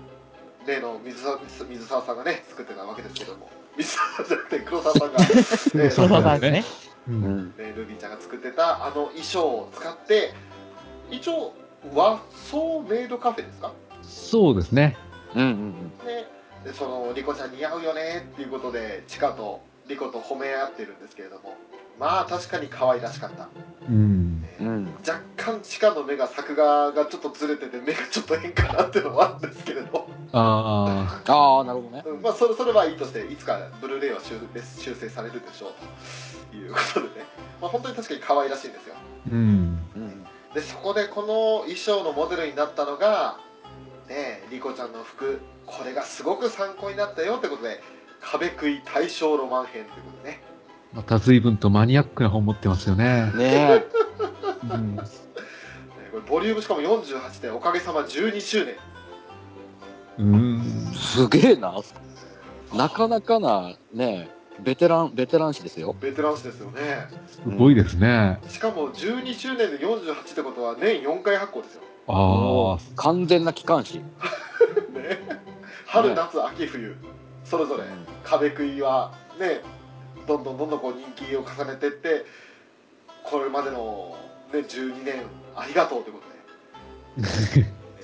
Speaker 2: 例の水沢水沢さんがね作ってたわけですけども水沢じゃなくて黒沢さん が、ね
Speaker 5: そうそうそうですね。
Speaker 4: う。
Speaker 3: うんん。
Speaker 2: ねルビーちゃんが作ってたあの衣装を使って一応和装メイドカフェですか
Speaker 4: そうですね。
Speaker 3: うんうん
Speaker 2: ね、でそのリコちゃん似合うよねっていうことでチカとリコと褒め合ってるんですけれどもまあ確かに可愛らしかった、
Speaker 4: うん。
Speaker 2: ね
Speaker 3: うん。うん。
Speaker 2: 若干チカの目が作画がちょっとずれてて目がちょっと変かなっていうのもあるんですけれど、
Speaker 4: あ
Speaker 3: ああ、なるほどね。
Speaker 2: うんまあそれそれはいいとしていつかブルーレイは修修正されるでしょうということでね、まあ、本当に確かに可愛らしいんですよ
Speaker 4: あ。うん。
Speaker 3: うん。
Speaker 2: でそこでこの衣装のモデルになったのがねえリコちゃんの服これがすごく参考になったよってことで壁食い大正ロマン編ということでね
Speaker 4: また随分とマニアックな本持ってますよね。
Speaker 3: ねえ。
Speaker 5: うん
Speaker 2: ねこれボリュームしかも48でおかげさま12周年
Speaker 4: うん。
Speaker 3: すげえな。なかなかな、ねえ、ベテラン、ベテラン誌ですよ。
Speaker 2: ベテラン誌ですよね
Speaker 4: すごいですね。あ
Speaker 2: しかも12周年で48ってことは年4回発行ですよ、
Speaker 4: あ。
Speaker 3: 完全な機関誌。
Speaker 2: ね、春夏秋冬それぞれ壁食いはねどんどんどんどんこう人気を重ねてってこれまでの、ね、12年ありがとうということで。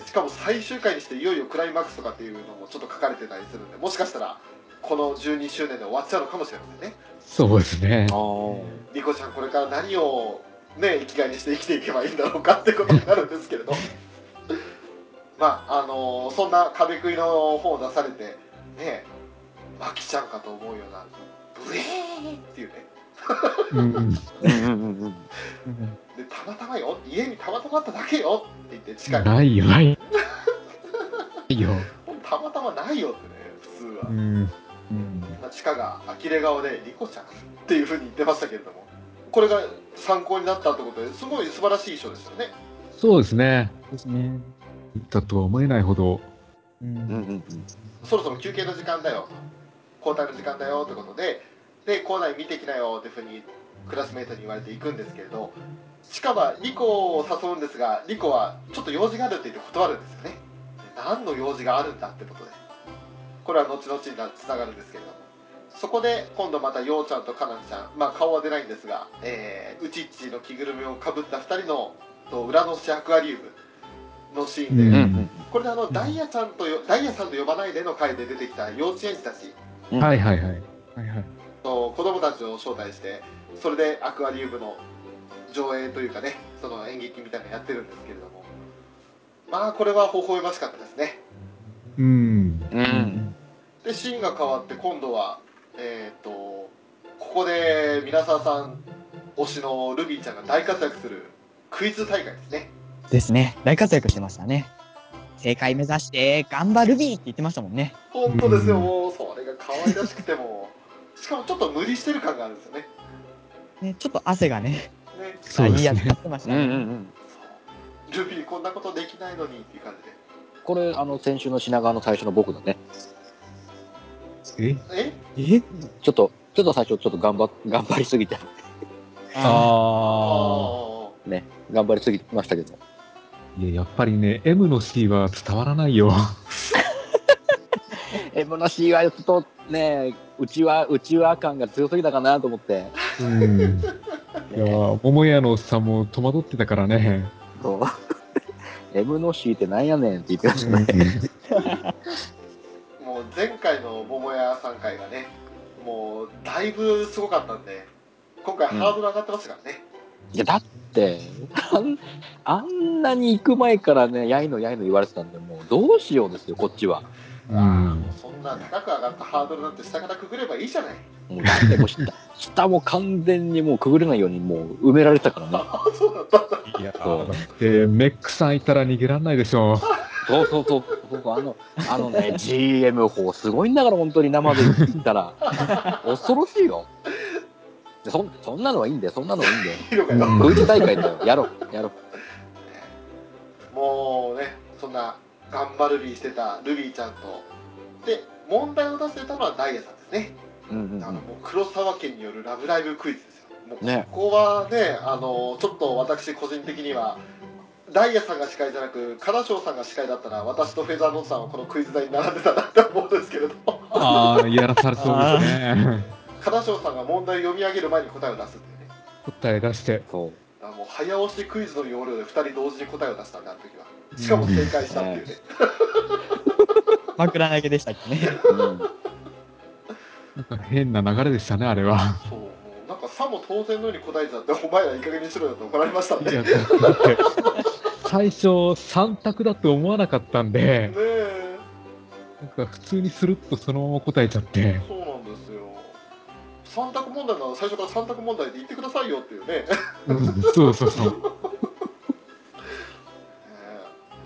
Speaker 2: しかも最終回にしていよいよクライマックスとかっていうのもちょっと書かれてたりするんでもしかしたらこの12周年で終わっちゃうのかもしれませんね
Speaker 4: そうですね。
Speaker 2: リコちゃんこれから何をね生きがいにして生きていけばいいんだろうかってことになるんですけれど まああのそんな壁食いの本を出されてねマキちゃんかと思うようなブレーっていうね
Speaker 4: うん
Speaker 2: でたまたまよ家にたまたまあっただけよって言って近い
Speaker 4: ないよ、ないよ。ないよ。
Speaker 2: たまたまないよってね普通は
Speaker 4: う。ん。
Speaker 2: まあ、チカが呆れ顔で「リコちゃん」っていうふうに言ってましたけれどもこれが参考になったってことですごい素晴らしい賞ですよね
Speaker 4: そうですね。
Speaker 5: ですね。
Speaker 4: だとは思えないほど。
Speaker 5: うん。
Speaker 2: そろそろ休憩の時間だよ交代の時間だよってことでで校内見てきなよってふうにクラスメートに言われて行くんですけれどチカはリコを誘うんですがリコはちょっと用事があるって言って断るんですよね何の用事があるんだってことでこれは後々につながるんですけれどもそこで今度またようちゃんとかなみちゃんまあ顔は出ないんですが、えー、うちっちの着ぐるみをかぶった2人のと裏の市アクアリウムのシーンで、
Speaker 4: うん
Speaker 2: これであのダイヤちゃんとよダイヤさんと呼ばないでの回で出てきた幼稚園児たち
Speaker 4: はいはいはい。
Speaker 5: はいはい。
Speaker 2: と子供たちを招待してそれでアクアリウムの上映というかねその演劇みたいなのやってるんですけれどもまあこれは微笑ましかったですね
Speaker 4: うん。
Speaker 2: でシーンが変わって今度はえっ、とここで皆沢さん推しのルビーちゃんが大活躍するクイズ大会ですね
Speaker 5: ですね。大活躍してましたね。正解目指して、頑張るビーって言ってましたもんね。
Speaker 2: 本当ですよ、
Speaker 4: うん
Speaker 2: もうそれが可愛らしくてもしかもちょっと無理してる感があるんですよね
Speaker 5: ね、ちょっと汗がね、
Speaker 2: ね
Speaker 4: そうで
Speaker 5: いい
Speaker 4: す
Speaker 5: やつにな
Speaker 4: ね。
Speaker 5: ってましたね。
Speaker 2: ルビーこんなことできないのにっていう感じで
Speaker 3: これ、あの、先週の品川の最初の僕だね。
Speaker 4: え
Speaker 2: え
Speaker 5: え
Speaker 3: ちょっと、ちょっと最初、ちょっと頑張っ、頑張りすぎて、
Speaker 5: あ
Speaker 4: あ
Speaker 2: あ
Speaker 3: ね、頑張りすぎましたけど。
Speaker 4: あ。いや、やっぱりね、M の C は伝わらないよ。
Speaker 3: M の C はちょっとね、うちは、うちは感が強すぎたかなと思って。
Speaker 4: うん。いや、桃屋のおっさんも戸惑ってたからね。
Speaker 3: そう。M の C ってなんやねんって言ってましたね。
Speaker 2: ーもう前回の桃屋さん会がねもうだいぶすごかったんで今回ハードル上がってますからね、
Speaker 3: いや、だって、あんあんなに行く前からね、やいのやいの言われてたんで、もうどうしようですよ、こっちは。
Speaker 4: う
Speaker 2: ああ
Speaker 4: ん
Speaker 2: もう。そんな高く上がったハードルなんて下からくぐればいいじゃない
Speaker 3: もうだってもう下、下も完全にもうくぐれないようにもう埋められてたからね。
Speaker 4: いや、
Speaker 3: そう
Speaker 4: だって、メックさんいたら逃げらんないでしょ。
Speaker 3: そうそうそう、そうそうあの、あの ね、GM 法すごいんだから、本当に生で言ったら。 恐ろしいよ。でそんそんなのはいいんだよ、そんなのはいいんだよ。
Speaker 2: いいのかよ、
Speaker 4: うん
Speaker 3: クイズ大会だよ、やろう、やろう。
Speaker 2: もうねそんな頑張るビーしてたルビーちゃんとで問題を出せたのはダイヤさんですね、
Speaker 3: うんうん
Speaker 2: あ
Speaker 3: う
Speaker 2: の
Speaker 3: ん
Speaker 2: もう黒沢家による「ラブライブ!」クイズですよもう
Speaker 3: ね
Speaker 2: ここはね、あのちょっと私個人的にはダイヤさんが司会じゃなく金賞さんが司会だったら私とフェザーノートさんはこのクイズ台に並んでたなって思うんですけれど
Speaker 4: ああ、やらされそうですね。
Speaker 2: 金賞さんが問題読み上げる前に答えを出すっていうね
Speaker 4: 答え出して。
Speaker 3: そう。
Speaker 2: だからもう早押しクイズの要領で2人同時に答えを出したんだあの時はしかも正解したっていうね、
Speaker 5: 枕投げでしたっけね。
Speaker 3: うん
Speaker 4: なんか変な流れでしたね、あれは。
Speaker 2: そうもうなんかさも当然のように答えちゃってお前らいい加減にしろよって怒られました
Speaker 4: い
Speaker 2: ね
Speaker 4: や、
Speaker 2: ね
Speaker 4: だって、最初3択だと思わなかったんで、
Speaker 2: え
Speaker 4: なんか普通にスルッとそのまま答えちゃって。
Speaker 2: そうなんですよ三択問題なら最初から三択問題で言ってくださいよっていうね
Speaker 4: うん、そうそうそう。
Speaker 2: え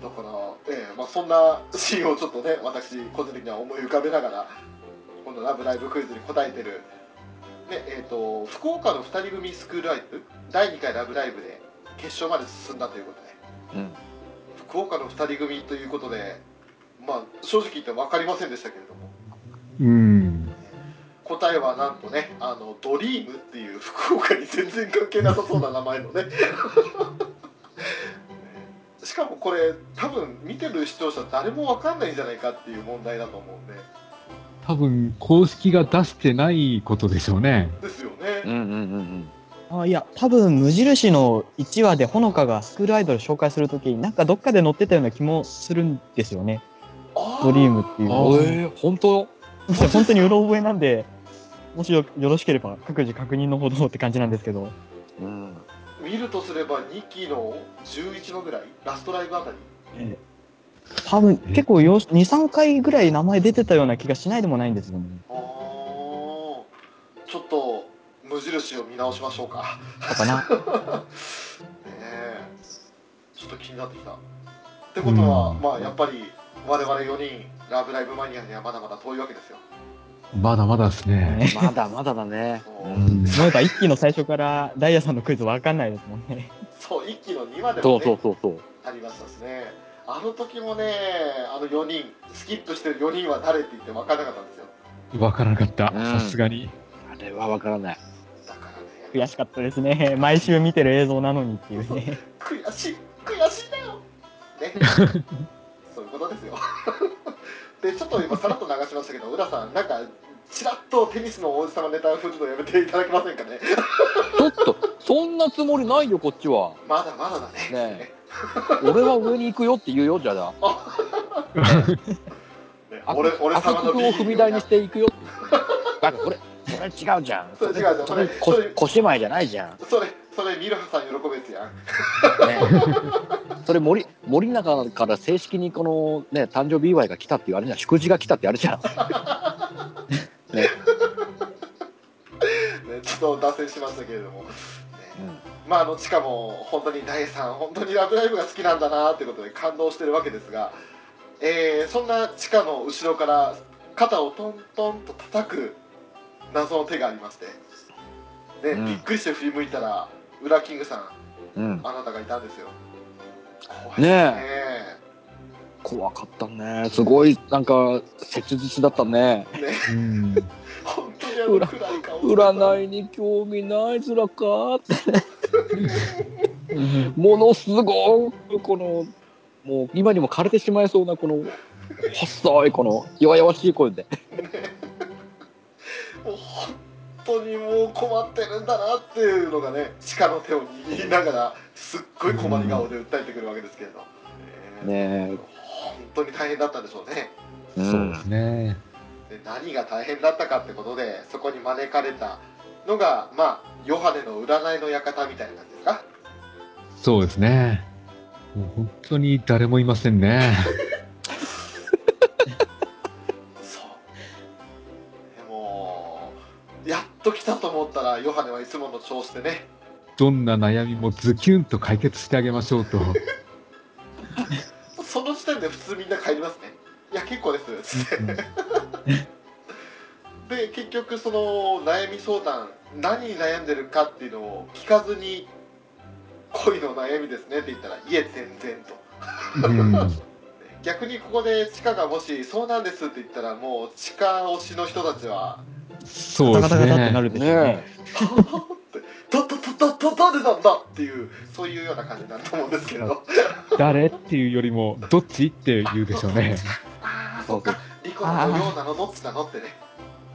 Speaker 2: ーだから、えーまあ、そんなシーンをちょっとね私個人的には思い浮かべながらこの「ラブライブ!」クイズに答えてる、ねえー、と福岡の2人組スクールアイドル第2回「ラブライブ!」で決勝まで進んだということで
Speaker 3: うん
Speaker 2: 福岡の2人組ということで、まあ、正直言って分かりませんでしたけれども
Speaker 4: うん。
Speaker 2: 答えはなんとね「あのドリームっていう 福岡に全然関係なさそうな名前のね しかもこれ多分見てる視聴者誰もわかんないんじゃないかっていう問題だと思うんで
Speaker 4: 多分、公式が出してないことでしょうね。
Speaker 2: ですよね、
Speaker 3: うんうんうんうん
Speaker 5: あいや、多分、無印の1話でほのかがスクールアイドル紹介するときに、なんかどっかで載ってたような気もするんです よね。
Speaker 2: あ
Speaker 5: ドリームっていう。
Speaker 4: あ
Speaker 3: ええ本当
Speaker 5: そう本当にうろ覚えなんで、もしよよろしければ各自確認のほどって感じなんですけど、
Speaker 3: うん。
Speaker 2: 見るとすれば2期の11話ぐらいラストライブあたり
Speaker 5: 多分
Speaker 4: え
Speaker 5: 結構よ2、3回ぐらい名前出てたような気がしないでもないんですよね。
Speaker 2: あーちょっと無印を見直しましょうか
Speaker 5: だ かな。
Speaker 2: ねえちょっと気になってきたってことは、
Speaker 4: うん
Speaker 2: まあやっぱり我々4人「ラブライブマニア」にはまだまだ遠いわけですよ
Speaker 4: まだまだですね。
Speaker 3: まだまだだね。
Speaker 2: そう,、
Speaker 4: うん
Speaker 5: 思えば一期の最初からダイヤさんのクイズわかんないですもんね。
Speaker 2: そう1期の2話で
Speaker 3: そ
Speaker 2: も、
Speaker 3: うそ
Speaker 2: ね
Speaker 3: う、そうそう。
Speaker 2: ありましたしねあの時もねあの4人スキップしてる4人は誰って言って分からなかったんですよ
Speaker 4: わからなかった。
Speaker 3: うん
Speaker 4: さすがに。
Speaker 3: あれはわからない。
Speaker 2: だからね
Speaker 5: 悔しかったですね。 毎週見てる映像なのにっていうね。
Speaker 2: 悔しい悔しいだよ ねそういうことですよ でちょっと今さらっと流しましたけど浦さんなんかちらっとテニスの王子様ネタを振るのやめていただけませんかね
Speaker 3: ちょっと、そんなつもりないよ、こっちは。
Speaker 2: まだまだだね
Speaker 3: ねえ。俺は上に行くよって言うよ、じゃあな。
Speaker 2: ね
Speaker 3: あ
Speaker 2: 俺俺様の
Speaker 3: 悪徳を踏み台にしていくよって言う。バカ、これ、それ違うじゃん。
Speaker 2: それ違うじゃん
Speaker 3: それ、
Speaker 2: それ
Speaker 3: こ
Speaker 2: それ
Speaker 3: 小芝居じゃないじゃん。
Speaker 2: それそれミルハさん喜ぶやつやん
Speaker 3: ね、 それ森森永から正式にこの、ね、誕生日祝いが来たっていうあれじゃん祝辞が来たってあれじゃん
Speaker 2: ね、ちょっと脱線しましたけれども、ねまああのしかも本当に大さん本当に「ラブライブ!」が好きなんだなってことで感動してるわけですが、えーそんな地下の後ろから肩をトントンと叩く謎の手がありまして、ね
Speaker 3: うん
Speaker 2: びっくりして振り向いたらウラキングさん
Speaker 3: うん
Speaker 2: あなたがいたんですよ怖いです
Speaker 3: ね
Speaker 2: ね
Speaker 3: 怖かったねすごいなんか切実だったね
Speaker 4: うん。
Speaker 2: 本当にあの暗い顔
Speaker 3: 占
Speaker 2: い
Speaker 3: いに興味ないずらか ってものすごくこのもう今にも枯れてしまいそうなこの細いこの弱々しい声で
Speaker 2: もう本当にもう困ってるんだなっていうのがね鹿の手を握りながらすっごい困り顔で訴えてくるわけですけれど、ね
Speaker 3: ね
Speaker 2: え本当に大変だったんでしょうね
Speaker 3: え、
Speaker 4: そうですね。
Speaker 2: で何が大変だったかってことでそこに招かれたのがまあヨハネの占いの館みたいな感じですか
Speaker 4: そうですね。もう本当に誰もいませんね。
Speaker 2: そうでもやっと来たと思ったらヨハネはいつもの調子でね
Speaker 4: どんな悩みもズキュンと解決してあげましょうと。
Speaker 2: その時点で普通みんな帰りますねいや結構 ですつってで結局その悩み相談何に悩んでるかっていうのを聞かずに恋の悩みですねって言ったら「いえ全然」と
Speaker 4: うん。
Speaker 2: 逆にここで地下がもし「そうなんです」って言ったらもう地下推しの人たちは
Speaker 4: そうで
Speaker 5: ガタ
Speaker 4: す
Speaker 5: ガタってな
Speaker 4: ね。
Speaker 5: るでしょうね
Speaker 3: ね
Speaker 2: 「どどどどどどでなんだ!」っていうそういうような感じになると思うんですけれど
Speaker 4: 誰っていうよりも、どっちって言うでしょうね。
Speaker 2: ああそっかリコのようなのどっちなのってね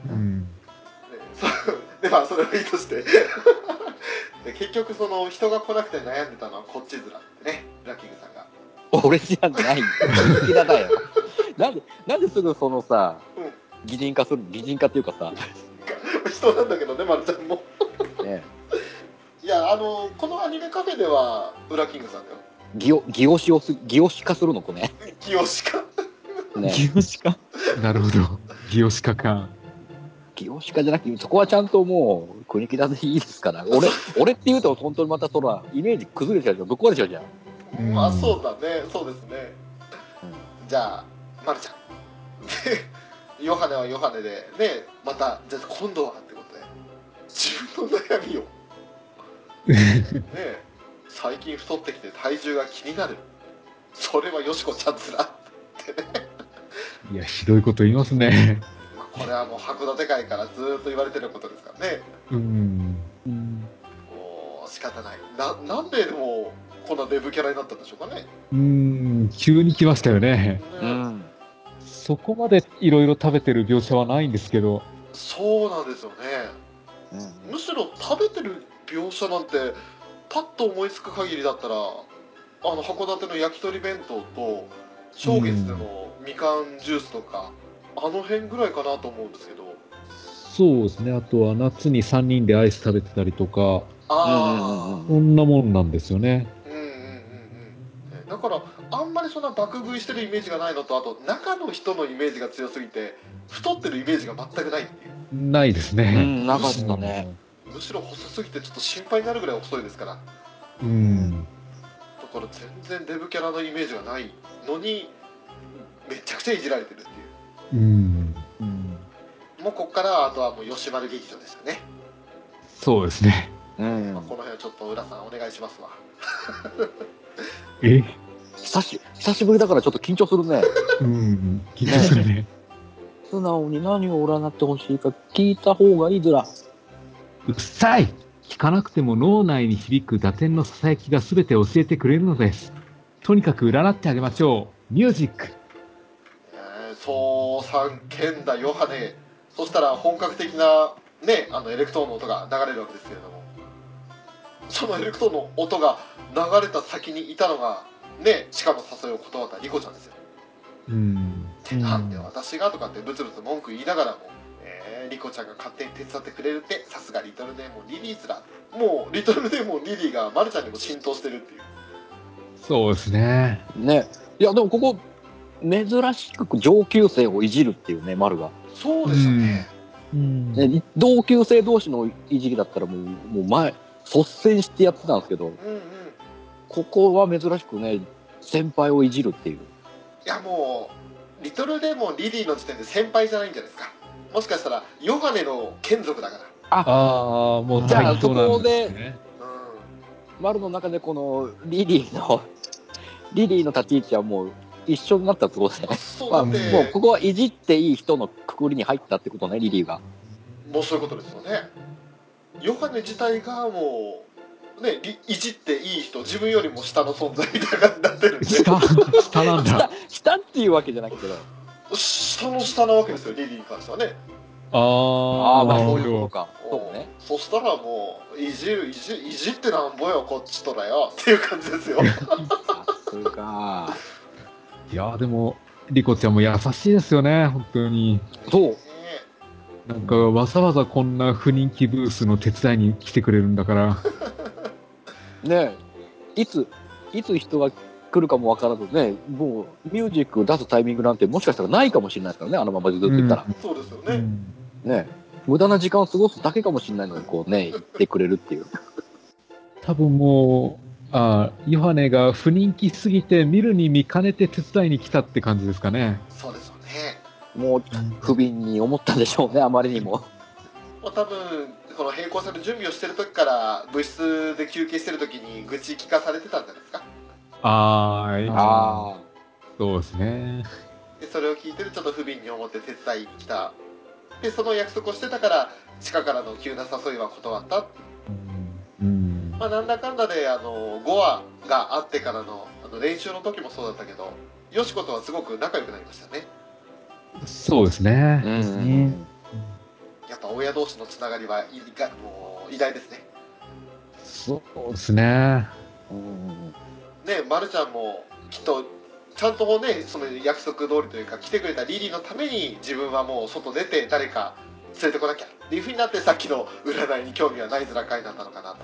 Speaker 4: うん。
Speaker 2: ねそうで まあそれはいいとしてで結局その人が来なくて悩んでたのはこっちずらってねラッキングさんが
Speaker 3: 俺じゃない好きだだよなんでなんですぐそのさ
Speaker 2: うん
Speaker 3: 擬人化する擬人化っていうかさ、
Speaker 2: 人なんだけどねまるちゃんも
Speaker 3: ね、
Speaker 2: いやあのこのアニメカフェではウラキングさんだよ
Speaker 3: 擬を擬押しをす擬押し化するのこね
Speaker 2: 清しか
Speaker 3: ね
Speaker 5: ギオシカ。
Speaker 4: なるほど。ギオシカ感。
Speaker 3: 擬押し化じゃなくてそこはちゃんともう国木田でいいですから俺俺って言うと本当にまたそらイメージ崩れちゃうじゃんぶっ壊れちゃうじゃん
Speaker 4: うん
Speaker 2: まあそうだねそうですね、じゃあまるちゃんで ヨハネはヨハネでねまたじゃあ今度はってことで自分の悩みをね最近太ってきて体重が気になるそれはよしこちゃんつら
Speaker 4: いや、ひどいこと言いますね。
Speaker 2: まあこれはもう函館界からずーっと言われてることですからね
Speaker 4: うん。
Speaker 5: うん。
Speaker 2: もう仕方ないななんででもこんなデブキャラになったんでしょうかね
Speaker 4: うん、急に来ましたよね。
Speaker 2: ね
Speaker 3: ん
Speaker 4: そこまでいろいろ食べてる描写はないんですけど、
Speaker 2: そうなんですよねむしろ食べてる描写なんてパッと思いつく限りだったらあの函館の焼き鳥弁当と正月のみかんジュースとか、あの辺ぐらいかなと思うんですけど
Speaker 4: そうですね。あとは夏に3人でアイス食べてたりとか、
Speaker 3: うんうん
Speaker 2: ああ
Speaker 3: うん
Speaker 4: こんなもんなんですよね。
Speaker 2: うんうんうんうんねだからあんまりそんな爆食いしてるイメージがないのとあと中の人のイメージが強すぎて太ってるイメージが全くないっていう
Speaker 4: ないです
Speaker 3: う
Speaker 4: ね。
Speaker 3: ん、なかったね。
Speaker 2: むしろ細すぎてちょっと心配になるぐらい細いですから
Speaker 4: うん。
Speaker 2: だから全然デブキャラのイメージがないのにめちゃくちゃいじられてるっていう
Speaker 4: うん。
Speaker 5: うん
Speaker 2: もうこっからはあとはもう吉丸劇場ですよね、
Speaker 4: そうですね。
Speaker 3: うん
Speaker 2: まあ、この辺はちょっと浦さんお願いしますわ
Speaker 4: え
Speaker 3: 久し、久しぶりだからちょっと緊張するね。
Speaker 4: うん。緊張するね。
Speaker 3: 素直に何を占ってほしいか聞いた方がいいずら。
Speaker 4: うっさい聞かなくても脳内に響く打点のささやきが全て教えてくれるのです。とにかく占ってあげましょう。ミュージック
Speaker 2: えーそうさんけんだヨハネそしたら本格的なねあのエレクトーンの音が流れるわけですけれどもそのエレクトーンの音が流れた先にいたのがね鹿の誘いを断ったリコちゃんですよ
Speaker 4: うん。
Speaker 5: うん
Speaker 2: なんで私がとかってブツブツ文句言いながらも、えーリコちゃんが勝手に手伝ってくれるってさすがリトルネーモンリリーすらもうリトルネーモンリリーがマルちゃんにも浸透してるっていう
Speaker 4: そうですね。
Speaker 3: ね。いや、でもここ、珍しく上級生をいじるっていうね、丸が。
Speaker 2: そうでしたね、
Speaker 5: うん
Speaker 3: ね、い同級生同士のいじりだったらもう、もう前、率先してやってたんですけど、
Speaker 2: うんうん
Speaker 3: ここは珍しくね、先輩をいじるっていう。
Speaker 2: いやもうリトルネーモンリリーの時点で先輩じゃないんじゃないですかもしかしたらヨハネの眷属だか
Speaker 4: ああ、もう
Speaker 5: じゃあ
Speaker 4: 対等なんですね。
Speaker 2: らうん
Speaker 3: 丸の中でこの、リリーの、 リリーの立ち位置はもう一緒になったってことだよね。
Speaker 2: そう
Speaker 3: ま
Speaker 2: だ
Speaker 3: あ、
Speaker 2: っ
Speaker 3: も
Speaker 2: て、
Speaker 3: うここはいじっていい人のくくりに入ったってことね、リリー が。
Speaker 2: もうそういうことですよねヨハネ自体がもうねリいじっていい人自分よりも下の存在みたいな感じになってるんで
Speaker 4: 下、下なんだ。
Speaker 3: 下、下っていうわけじゃなくて、
Speaker 2: 下の下なわけですよリリーに関してはね
Speaker 4: あー
Speaker 3: ああ、まあ
Speaker 4: なる
Speaker 3: そ
Speaker 4: ほ
Speaker 3: ういうこと
Speaker 4: ど。
Speaker 3: か。そうね。
Speaker 2: そしたらもういじるいじいじってなんぼよこっちとだよ っていう感じです よ
Speaker 3: さすが。
Speaker 4: いやーでも、リコちゃんも優しいですよね、本当に。
Speaker 3: そう
Speaker 2: ね
Speaker 4: なんか、わざわざこんな不人気ブースの手伝いに来てくれるんだから。
Speaker 3: ねえいつ、いつ人が来るかもわからずね、もうミュージック出すタイミングなんてもしかしたらないかもしれないですからね、あのままずっと言ったら。
Speaker 2: そうですよ
Speaker 4: う
Speaker 2: ね、
Speaker 4: ん
Speaker 3: ねえ無駄な時間を過ごすだけかもしれないのに、こうね、言ってくれるっていう。
Speaker 4: 多分もう、あーヨハネが不人気すぎて見るに見かねて手伝いに来たって感じですかね。
Speaker 2: そうですよね
Speaker 3: もう、不憫に思ったんでしょうね、あまりにも。
Speaker 2: まあ、多分この並行する準備をしてる時から部室で休憩してる時に愚痴聞かされてたんじゃないですか
Speaker 4: あー
Speaker 3: ああ。
Speaker 4: そうですね。
Speaker 2: でそれを聞いてるちょっと不憫に思って手伝いに来たでその約束をしてたから地下からの急な誘いは断った
Speaker 4: うん。
Speaker 2: まあ、なんだかんだであの5話があってからのあの練習の時もそうだったけどよしことはすごく仲良くなりましたね
Speaker 4: そうですね。
Speaker 3: うん。
Speaker 2: やっぱ親同士のつながりはいいかもう偉大ですね
Speaker 4: そうですね。
Speaker 3: うん
Speaker 2: ねまるちゃんもきっとちゃんとねその約束通りというか来てくれたリリーのために自分はもう外出て誰か連れてこなきゃっていうふうになってさっきの占いに興味はないづらかいだったのかなと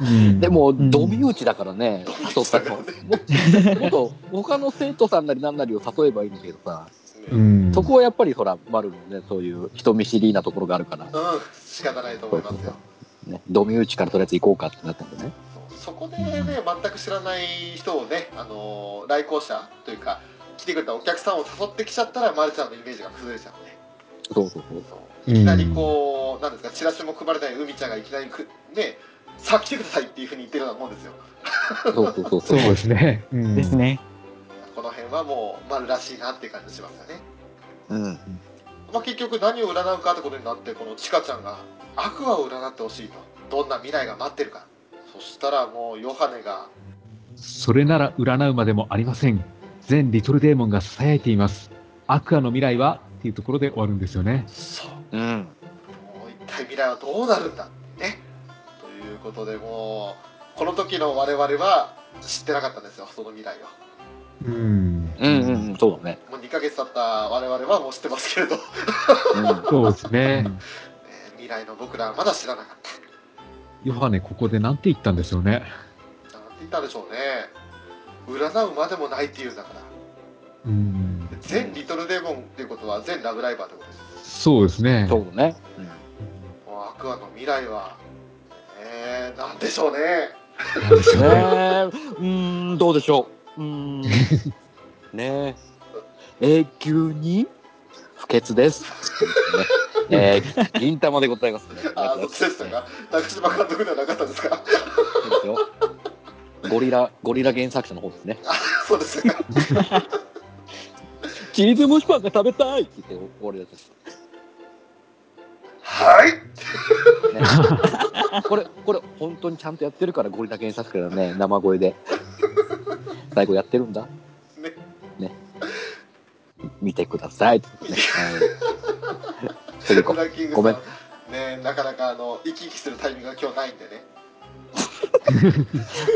Speaker 4: うん
Speaker 3: で、も、
Speaker 5: ん
Speaker 3: ドミ打ちだからね、
Speaker 2: ド
Speaker 3: 誘
Speaker 2: ミ打
Speaker 3: っ
Speaker 2: ち
Speaker 3: た
Speaker 2: だか
Speaker 3: の。
Speaker 2: ら
Speaker 3: も
Speaker 2: ね
Speaker 3: っと、他の生徒さんなりなんなりを誘えばいいんだけどさ、
Speaker 4: う
Speaker 2: うん、
Speaker 4: ん。
Speaker 3: そこはやっぱりほら、丸のね、そういう人見知りなところがあるから、
Speaker 2: 仕方ないと思いますよ
Speaker 3: ね、ドミ打ちからとりあえず行こうかってなったんでね。
Speaker 2: そうそこでね全く知らない人をね、あのー来校者というか来てくれたお客さんを誘ってきちゃったらまるちゃんのイメージが崩れちゃうね
Speaker 3: そうそうそう。
Speaker 2: そういきなりこう、なんですかチラシも配れない海ちゃんがいきなりくねさあ来てくださいっていうふうに言ってるようなもんですよ
Speaker 3: そうそうそうそ
Speaker 4: そう
Speaker 3: う。
Speaker 4: ですね。うん
Speaker 5: ですね。
Speaker 2: この辺はもう丸らしいなっていう感じしますよね、
Speaker 3: うん。
Speaker 2: まあ、結局何を占うかってことになってこのちかちゃんがアクアを占ってほしいとどんな未来が待ってるかそしたらもうヨハネが
Speaker 4: それなら占うまでもありません。全リトルデーモンが囁いています。アクアの未来はっていうところで終わるんですよね。
Speaker 2: そう
Speaker 3: うん。
Speaker 2: もう一体未来はどうなるんだってねということでもうこの時の我々は知ってなかったんですよその未来を
Speaker 4: うん。
Speaker 3: うんうんうん、そうだね。
Speaker 2: もう2ヶ月経った我々はもう知ってますけれど、ね
Speaker 3: うん
Speaker 4: そうですね。
Speaker 2: 未来の僕らはまだ知らなかっ
Speaker 4: ヨハネ、ここでなんて言ったんでしょうね。
Speaker 2: たなんて言ったでしょうね占うまでもないっていうんだから
Speaker 4: うん。
Speaker 2: 全リトルデゴンっていうことは全ラブライバーってことです
Speaker 4: そうですね。
Speaker 3: そうだね。
Speaker 2: もうアクアの未来はえー、なんでしょうね
Speaker 4: なんでしょう
Speaker 3: ね
Speaker 4: ね。
Speaker 3: え、 うーん、どうでしょう。うーん。ねえ、永久に不潔 です。ねえー、銀玉でございますね。
Speaker 2: あの季節とか中島監督ではなかったですか
Speaker 3: そうですよゴリラ、ゴリラ原作者の方ですね。
Speaker 2: そうですか
Speaker 3: チーズ蒸しパンが食べたいって言って終わりです。
Speaker 2: はい
Speaker 3: ね、これ、これ、本当にちゃんとやってるから、ゴリラ原作者だね、生声で。最後やってるんだ。
Speaker 2: ね
Speaker 3: ね。見てください。ね、はい。セリコ
Speaker 2: ブラッキングさ
Speaker 3: ごめん
Speaker 2: ねなかなかあの生き生きするタイミングが今日ないんでね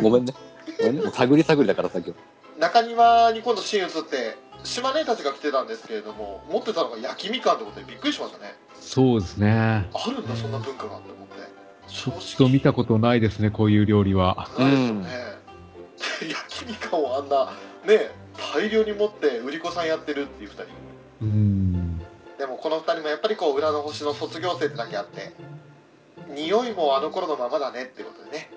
Speaker 3: ごめんね。ごめんね。もう探り探りだからさ、今日。
Speaker 2: 中庭に今度シーン移って島根たちが来てたんですけれども持ってたのが焼きみかんってことでびっくりしましたね
Speaker 4: そうですね。
Speaker 2: あるんだそんな文化がって思って
Speaker 4: ちょっと見たことないですね、こういう料理は。
Speaker 2: ないですよね、 焼きみかんをあんなね大量に持って売り子さんやってるっていう2人
Speaker 4: うん。
Speaker 2: でもこの2人もやっぱりこう裏の星の卒業生ってだけあって匂いもあの頃のままだねってことでね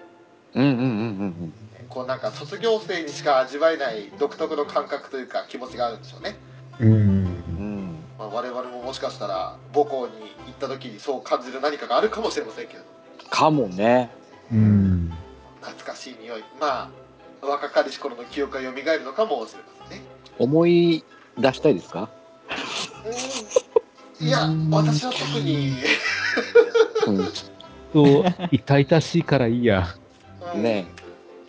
Speaker 3: うんうんうんうん
Speaker 2: こうなんか卒業生にしか味わえない独特の感覚というか気持ちがあるんでしょうね、
Speaker 4: うん
Speaker 3: うん。うん。
Speaker 2: まあ、我々ももしかしたら母校に行った時にそう感じる何かがあるかもしれませんけれど
Speaker 3: かもね。
Speaker 4: うん。
Speaker 2: 懐かしい匂いまあ若かりし頃の記憶が蘇るのかもしれませんね
Speaker 3: 思い出したいですか
Speaker 2: うんいや私は特に、
Speaker 3: う。
Speaker 4: と、痛々しいからいいや。
Speaker 2: うんん
Speaker 3: ね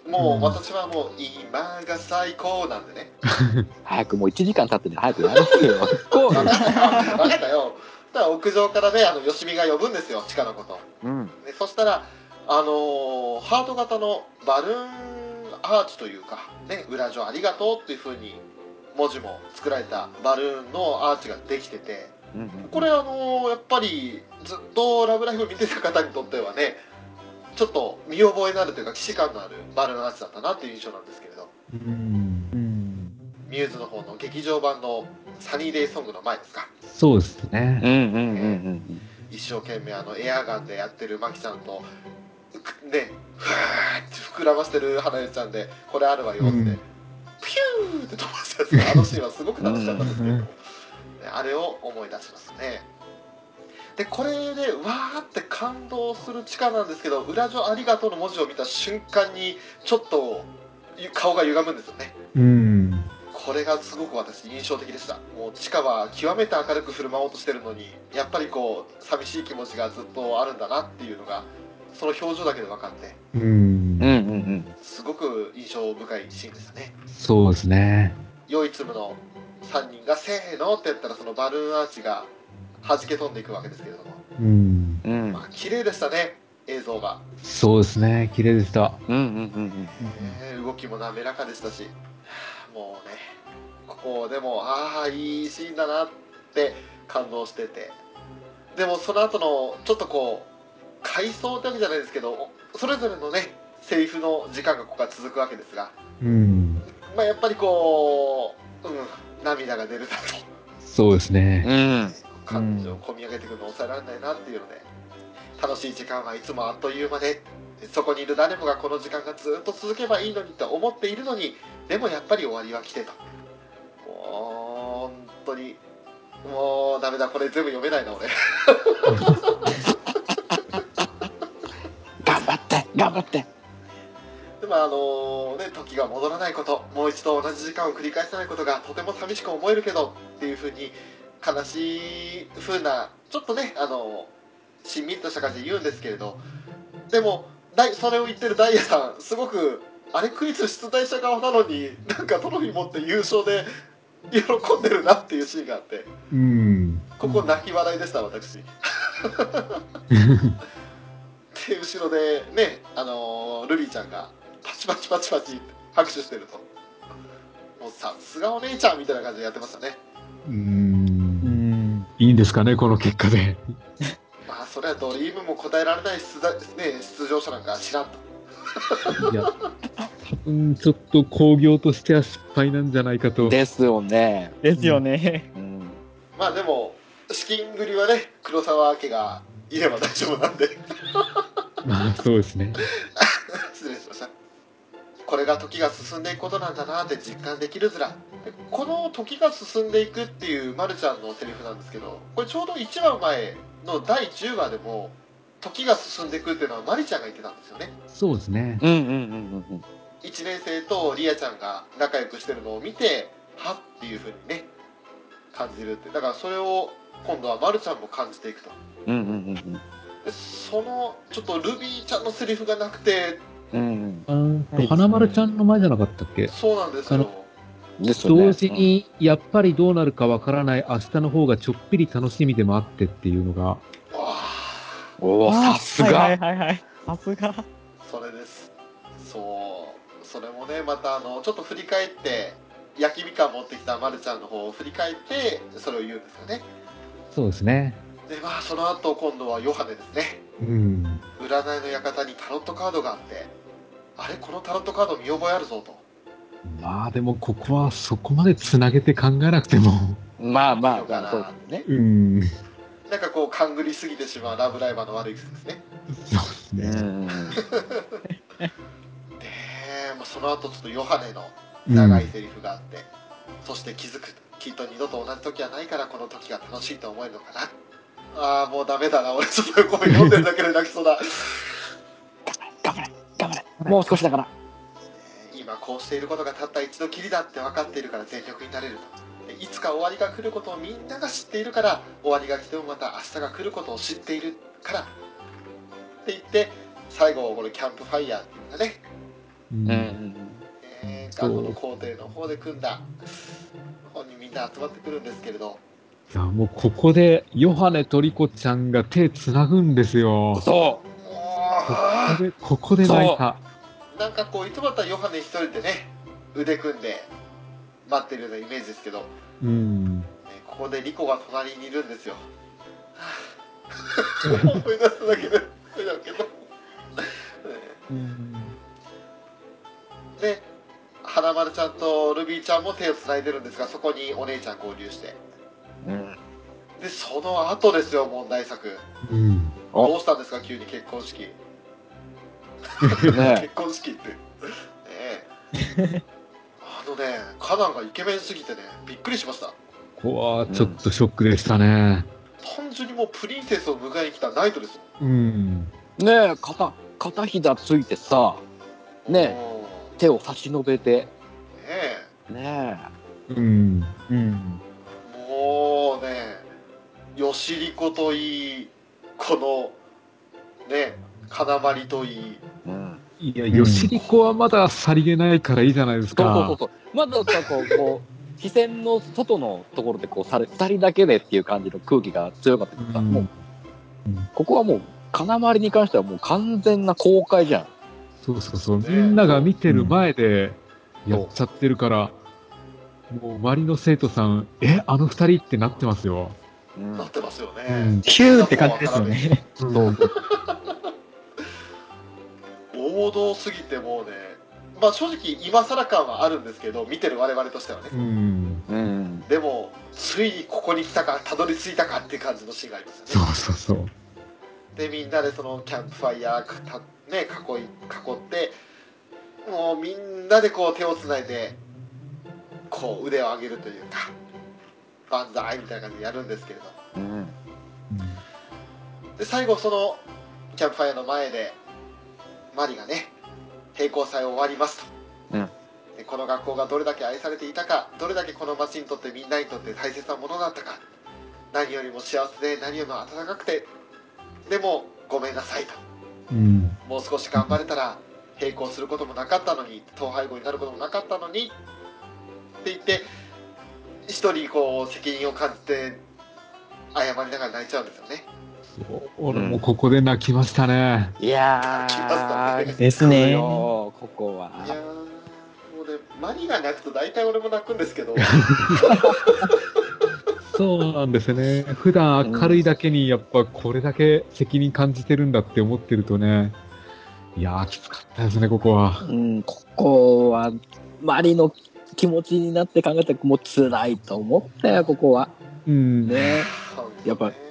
Speaker 2: もう私はもう今が最高なんでね
Speaker 3: え早くもう1時間経ってね、早くやろうよ。こ
Speaker 2: 分かったよ分かったよだから屋上からねあのよしみが呼ぶんですよ地下のこと
Speaker 3: う。うん。
Speaker 2: でそしたら、あのーハート型のバルーンアーチというか、ね、裏上ありがとうっていうふうに文字も作られたバルーンのアーチができてて
Speaker 3: うん
Speaker 2: これ、あのーやっぱりずっと「ラブライブ!」見てた方にとってはねちょっと見覚えのあるというか既視感のあるバルーンアーチだったなっていう印象なんですけれど
Speaker 4: うん。
Speaker 5: うん。
Speaker 2: ミューズの方の劇場版の「サニーデイソング」の前ですか
Speaker 4: そうですね。
Speaker 3: うんうんうん
Speaker 2: 一生懸命あのエアガンでやってるマキさんとくねふわーって膨らましてる花代ちゃんでこれあるわよって、
Speaker 4: うん
Speaker 2: ピューって飛ばしたやつがあのシーンはすごく楽しかったんですけど、
Speaker 4: うん
Speaker 2: ねあれを思い出しますねでこれでわーって感動する地下なんですけど「裏女ありがとう」の文字を見た瞬間にちょっとゆ顔が歪むんですよね
Speaker 4: うん。
Speaker 2: これがすごく私印象的でしたもう地下は極めて明るく振る舞おうとしてるのにやっぱりこう寂しい気持ちがずっとあるんだなっていうのがその表情だけで分かって
Speaker 4: うん
Speaker 3: うん。うんうんうん。
Speaker 2: すごく印象深いシーンでしたね
Speaker 4: そうですね。
Speaker 2: ヨイツムの3人が「せーの」ってやったらそのバルーンアーチが弾け飛んでいくわけですけれども
Speaker 4: うん。
Speaker 3: うん
Speaker 2: まあ綺麗でしたね映像が、
Speaker 4: そうですね。綺麗でした。
Speaker 3: うんうんうん
Speaker 2: ね動きも滑らかでしたしもうねここでもああいいシーンだなって感動しててでもその後のちょっとこう回想ってわけじゃないですけどそれぞれのねセリフの時間がここから続くわけですが、
Speaker 4: うん。
Speaker 2: まあ、やっぱりこう、うん、涙が出るなと
Speaker 4: そうですね。
Speaker 3: うん。
Speaker 2: 感情を込み上げてくるの抑えられないなっていうので、楽しい時間はいつもあっという間でそこにいる誰もがこの時間がずっと続けばいいのにと思っているのにでもやっぱり終わりは来てともう本当にもうダメだこれ全部読めないな俺
Speaker 3: 頑張って頑張って
Speaker 2: でもあのね時が戻らないこともう一度同じ時間を繰り返さないことがとても寂しく思えるけどっていうふうに悲しい風なちょっとねあのしんみりとした感じで言うんですけれどでもダイそれを言ってるダイヤさんすごくあれクイズ出題者側なのになんかトロフィー持って優勝で喜んでるなっていうシーンがあって
Speaker 4: うん。
Speaker 2: ここ泣き笑いでした私ねけ後ろでねあのールリーちゃんがパチパチパチパチって拍手してるともうさすがお姉ちゃんみたいな感じでやってましたね
Speaker 4: うー。
Speaker 5: うんん。
Speaker 4: いいんですかね、この結果で。
Speaker 2: まあそれはドリームも答えられない出題、ね、出場者なんか知らんと
Speaker 4: いや、多分ちょっと興行としては失敗なんじゃないかと。
Speaker 3: ですよね。
Speaker 5: ですよね。
Speaker 3: うん。
Speaker 2: まあでも資金繰りはね黒沢家がいれば大丈夫なんで
Speaker 4: まあ、そうですね。
Speaker 2: 失礼しましたこれが時が進んでいくことなんだなって実感できるずらでこの時が進んでいくっていうまるちゃんのセリフなんですけどこれちょうど1話前の第10話でも時が進んでいくっていうのはまりちゃんが言ってたんですよね
Speaker 4: そうですね。
Speaker 3: うんうんうんうん
Speaker 2: 1年生とリアちゃんが仲良くしてるのを見てはっっていう風にね感じるってだからそれを今度はまるちゃんも感じていくと
Speaker 3: うん。うんうんうん
Speaker 2: でそのちょっとルビーちゃんのセリフがなくて
Speaker 3: うん。うん
Speaker 4: あーと花丸ちゃんの前じゃなかったっけ
Speaker 2: そうなんです
Speaker 4: あ
Speaker 2: よ
Speaker 4: の
Speaker 3: うん。ですよね。
Speaker 4: 同時に、やっぱりどうなるかわからない明日の方がちょっぴり楽しみでもあってっていうのが、
Speaker 2: わ
Speaker 3: うん。おお、さすが。
Speaker 5: はいはいはいはい。さすが。
Speaker 2: あそれですそうそれもねまたあのちょっと振り返って焼きみかん持ってきたまるちゃんの方を振り返ってそれを言うんですよね
Speaker 4: そうですね。
Speaker 2: でまあその後今度はヨハネですね
Speaker 4: うん。
Speaker 2: 占いの館にタロットカードがあってあれこのタロットカード見覚えあるぞと
Speaker 4: まあでもここはそこまでつなげて考えなくても。
Speaker 3: まあま
Speaker 2: そ
Speaker 3: あ
Speaker 2: うかな、
Speaker 3: そうですね。
Speaker 4: うん。
Speaker 2: なんかこう勘ぐりすぎてしまうラブライバーの悪い癖ですね
Speaker 4: そうです
Speaker 3: う
Speaker 4: ね。
Speaker 3: ん。
Speaker 2: でもうその後ちょっとヨハネの
Speaker 4: うん
Speaker 2: 長いセリフがあって、そして気づくきっと二度と同じ時はないからこの時が楽しいと思えるのかなああもうダメだな俺ちょっとこれ読んでるだけで泣きそうだね
Speaker 3: 頑張れ、頑張れ。もう少しだから。
Speaker 2: 今こうしていることがたった一度きりだって分かっているから全力になれるとでいつか終わりが来ることをみんなが知っているから終わりが来てもまた明日が来ることを知っているからって言って最後これキャンプファイヤーっていうかね
Speaker 4: う。
Speaker 3: うんん。
Speaker 2: えー、
Speaker 4: そう
Speaker 2: 学校の校庭の方で組んだここにみんな集まってくるんですけれど
Speaker 4: いや、もうここで、ヨハネとリコちゃんが手つなぐんですよ。
Speaker 3: そ
Speaker 2: も
Speaker 4: ここで、ここで泣いた。
Speaker 2: うなんかこういつもだったらヨハネ一人でね腕組んで待ってるようなイメージですけど、ね、
Speaker 4: うん。
Speaker 2: ここでリコが隣にいるんですよはぁ 思い出すだけで思い出すけど ねで花丸ちゃんとルビーちゃんも手をつないでるんですがそこにお姉ちゃん合流して
Speaker 3: う。うん。
Speaker 2: でその後ですよ問題作
Speaker 4: うん。
Speaker 3: お
Speaker 2: どうしたんですか急に結婚式
Speaker 3: ねえ。
Speaker 2: 結婚式 ってねえあのねカナンがイケメンすぎてねびっくりしました
Speaker 4: ここはちょっとショックでしたね。
Speaker 2: 単純にもうプリンセスを迎えに来たナイトです
Speaker 4: うん。
Speaker 3: ねえ、肩、肩ひざついてさ、
Speaker 2: もん
Speaker 3: ねえ
Speaker 2: うんね
Speaker 3: 手を差し伸べて。
Speaker 2: え
Speaker 3: ね
Speaker 4: うん。
Speaker 5: うん。
Speaker 2: もうねヨシリコといいこのねカナマリといい
Speaker 3: え。うん。
Speaker 4: いや、
Speaker 5: ん
Speaker 4: ヨシリコはまださりげないからいいじゃないです
Speaker 3: そう
Speaker 4: か。
Speaker 3: そうそうそう。まださ、こう、こう、視線の外のところで、こう、され、二人だけでっていう感じの空気が強かったけどさ、
Speaker 4: うん
Speaker 3: もう、ここはもう、金回りに関してはもう完全な公開じゃん。
Speaker 4: そうそうそう。
Speaker 2: ね
Speaker 4: みんなが見てる前でやっちゃってるから、もう周りの生徒さん、え、あの二人ってなってますよ。
Speaker 3: うん
Speaker 2: なってますよね、
Speaker 4: うん
Speaker 5: ヒューって感じですよね。
Speaker 4: そう。
Speaker 2: 王道すぎてもうねまあ正直今更感はあるんですけど見てる我々としてはね、
Speaker 4: うん。
Speaker 3: うん。
Speaker 2: でもついにここに来たかたどり着いたかっていう感じのシーンがありますよね
Speaker 4: そうそうそう。
Speaker 2: でみんなでそのキャンプファイヤーかた、ね、囲い囲ってもうみんなでこう手をつないでこう腕を上げるというか万歳みたいな感じでやるんですけれど
Speaker 3: うん。
Speaker 2: で最後そのキャンプファイヤーの前でマリがね並行祭を終わりますと、
Speaker 3: うん
Speaker 2: でこの学校がどれだけ愛されていたかどれだけこの町にとってみんなにとって大切なものだったか何よりも幸せで何よりも温かくてでもごめんなさいと
Speaker 4: うん。
Speaker 2: もう少し頑張れたら並行することもなかったのに統廃合になることもなかったのにって言って一人こう責任を感じて謝りながら泣いちゃうんですよね
Speaker 4: そう俺もここで泣きましたね。
Speaker 3: いや
Speaker 2: 来ました
Speaker 3: ー
Speaker 2: ね、
Speaker 5: ですね。
Speaker 3: ここはい
Speaker 2: やーもうねマリが泣くと大体俺も泣くんですけ ど
Speaker 4: そうなんですね。普段明るいだけに、やっぱこれだけ責任感じてるんだって思ってるとね、いやー、きつかったですね、ここは。
Speaker 3: うん、ここは、マリの気持ちになって考えたら、もう辛いと思ったよ、ここは。
Speaker 4: うん。
Speaker 3: ね。やっぱ
Speaker 2: ね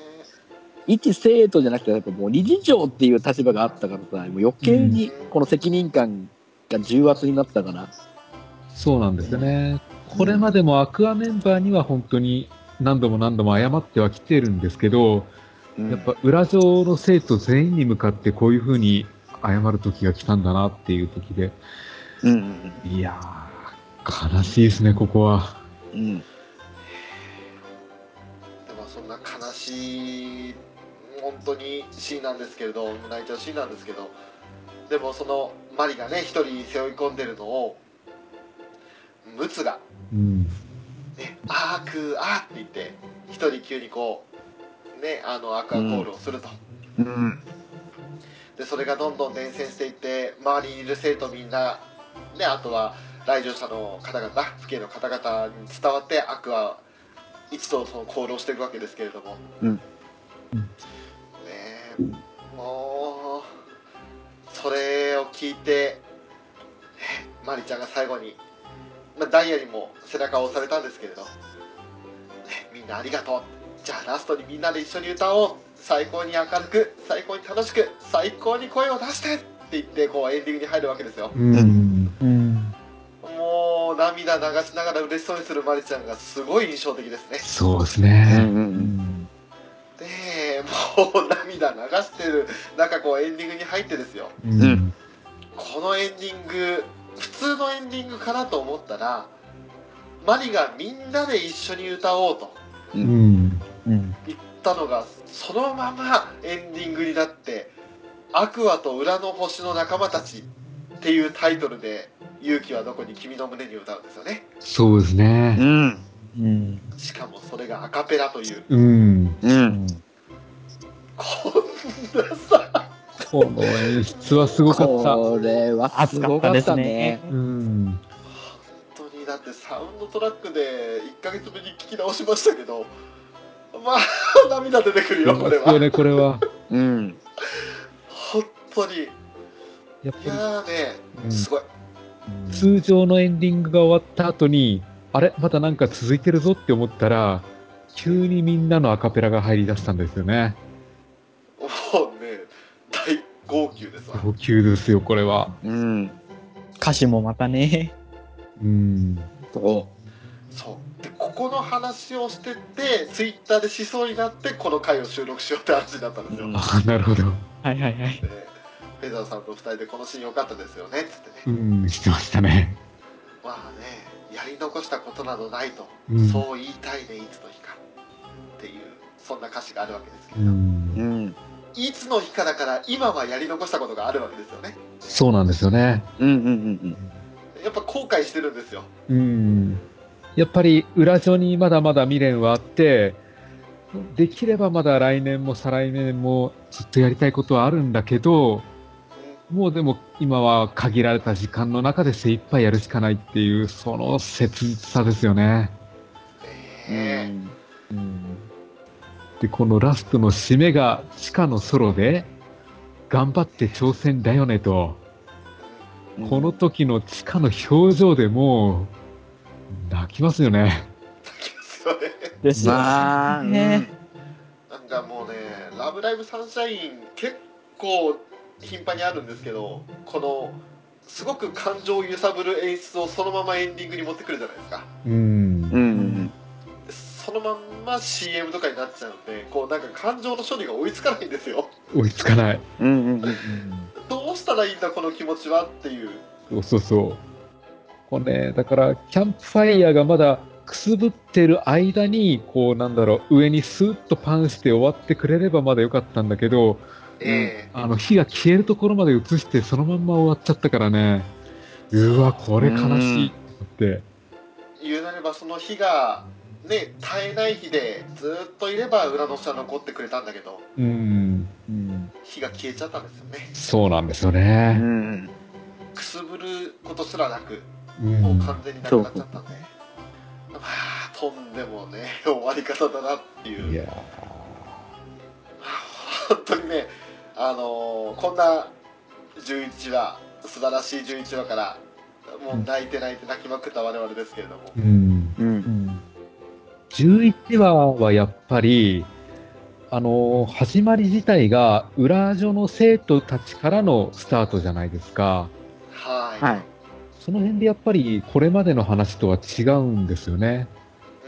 Speaker 3: 一生徒じゃなくて、やっぱもう理事長っていう立場があったからさ、もう余計にこの責任感が重圧になったから。
Speaker 4: そうなんですよね。これまでもアクアメンバーには本当に何度も何度も謝ってはきてるんですけど、
Speaker 3: うん
Speaker 4: やっぱ裏上の生徒全員に向かってこういう風に謝る時が来たんだなっていう時で、
Speaker 3: うん、
Speaker 4: いやー、悲しいですね、ここは。
Speaker 3: うん、
Speaker 2: でもそんな悲しい本当にシーンなんですけれど泣いちゃうシーンなんですけどでもそのマリがね一人背負い込んでるのをムツが
Speaker 4: うん。
Speaker 2: ね、アークアーって言って一人急にこうねあのアクアコールをすると、
Speaker 3: うん、
Speaker 2: でそれがどんどん伝染していって周りにいる生徒みんな、ね、あとは来場者の方々府警の方々に伝わってアクア一度そのコールをしていくわけですけれども、
Speaker 3: うん
Speaker 4: うん
Speaker 2: ねえもうそれを聞いてねマリちゃんが最後に、まあ、ダイヤにも背中を押されたんですけれど、ねみんなありがとうじゃあラストにみんなで一緒に歌おう最高に明るく最高に楽しく最高に声を出してって言ってこうエンディングに入るわけですよ
Speaker 4: うん。
Speaker 5: うん。
Speaker 2: もう涙流しながら嬉しそうにするマリちゃんがすごい印象的ですね
Speaker 4: そうです
Speaker 3: う
Speaker 4: ね。
Speaker 3: ん、
Speaker 2: でもう涙流してる中こうエンディングに入ってですよ
Speaker 4: う
Speaker 3: うんん。
Speaker 2: このエンディング普通のエンディングかなと思ったらマリがみんなで一緒に歌おうと
Speaker 4: うん。
Speaker 5: うん。
Speaker 2: 言ったのがそのままエンディングになって「アクアと裏の星の仲間たち」っていうタイトルで「勇気はどこに君の胸に」歌うんですよね
Speaker 4: そうですね。
Speaker 3: うん、
Speaker 5: うん。
Speaker 2: しかもそれがアカペラという
Speaker 4: うん。
Speaker 3: うん、
Speaker 2: こんなさ
Speaker 4: この演出はすごかっ
Speaker 3: これはす
Speaker 5: 暑か
Speaker 3: ご
Speaker 5: った
Speaker 3: か
Speaker 5: で
Speaker 3: っ
Speaker 5: す
Speaker 3: た
Speaker 5: ね
Speaker 3: ね。。
Speaker 4: た。うん。
Speaker 2: 本当にだってサウンドトラックで1ヶ月ぶりに聞き直しましたけどまあ涙出てくるよこれ
Speaker 4: そう
Speaker 2: は
Speaker 4: ね、これは。
Speaker 3: うん、
Speaker 2: 本当にい
Speaker 4: やっぱり
Speaker 2: やーね
Speaker 4: うん
Speaker 2: すごい
Speaker 4: 通常のエンディングが終わった後に、あれまたなんか続いてるぞって思ったら、急にみんなのアカペラが入り出したんですよね。
Speaker 2: もうね大号泣ですわ
Speaker 4: 高級ですよ、これは。
Speaker 3: うん、
Speaker 5: 歌詞もまたね。
Speaker 4: うん。
Speaker 3: そ
Speaker 2: そうでここの話をしててツイッターでしそうになってこの回を収録しようって話になったんですよ、
Speaker 3: うん
Speaker 2: で
Speaker 4: あなるほど。
Speaker 5: はいはいはい。
Speaker 2: フェザーさんと2人でこのシーン良かったですよねっつってね、
Speaker 4: うん、してましたね。
Speaker 2: まあねやり残したことなどないと、
Speaker 4: うん
Speaker 2: そう言いたいねいつの日かっていうそんな歌詞があるわけですけど、
Speaker 3: う、
Speaker 4: う。
Speaker 3: うんん、
Speaker 2: いつの日かだから今はやり残したことがあるわけですよね
Speaker 4: そうなんですよね。
Speaker 3: うん、うん、うん、
Speaker 2: やっぱ後悔してるんですよ
Speaker 4: うん、やっぱり裏所にまだまだ未練はあってできればまだ来年も再来年もずっとやりたいことはあるんだけどもうでも今は限られた時間の中で精一杯やるしかないっていうその切実さですよね。
Speaker 3: う
Speaker 2: ね
Speaker 3: ん、
Speaker 4: でこのラストの締めが地下のソロで頑張って挑戦だよねとこの時の地下の表情でもう泣きますよね。
Speaker 2: それ
Speaker 5: ですよ
Speaker 3: まあ、うん
Speaker 5: ね
Speaker 2: なんかもうね「ラブライブサンシャイン」結構頻繁にあるんですけどこのすごく感情を揺さぶる演出をそのままエンディングに持ってくるじゃないですか
Speaker 4: うん
Speaker 3: うん、うん、
Speaker 2: そのまんま CM とかになっちゃうんでこうなんか感情の処理が追いつかないんですよ
Speaker 4: 追いつかない。
Speaker 3: うん、うん、
Speaker 2: どうしたらいいんだこの気持ちはっていう
Speaker 4: そうそうそう。こうね、だから、キャンプファイヤーがまだくすぶってる間に、こう、なんだろう、上にスーッとパンして終わってくれればまだよかったんだけど、
Speaker 2: え
Speaker 4: あの、火が消えるところまで移して、そのまんま終わっちゃったからね、うわ、これ悲しいって。
Speaker 2: 言うなればその日がね耐えない日でずっといれば裏の下残ってくれたんだけど
Speaker 4: うん。
Speaker 3: うん。
Speaker 2: 火が消えちゃったんですよね
Speaker 4: そうなんですよ
Speaker 3: う
Speaker 4: ね。
Speaker 3: ん。
Speaker 2: くすぶることすらなく
Speaker 4: う。
Speaker 2: もうん完全になくなっちゃったんで、まあとんでもね終わり方だなっていう
Speaker 4: いや
Speaker 2: 本当にね、あのーこんな11話素晴らしい11話からもう泣いて泣いて泣きまくった我々ですけれども、
Speaker 4: ーうん。
Speaker 3: うん。
Speaker 4: 11話はやっぱり、あのー始まり自体が、裏女の生徒たちからのスタートじゃないですか。
Speaker 2: はい
Speaker 3: はい。
Speaker 4: その辺でやっぱり、これまでの話とは違うんですよね。
Speaker 2: うん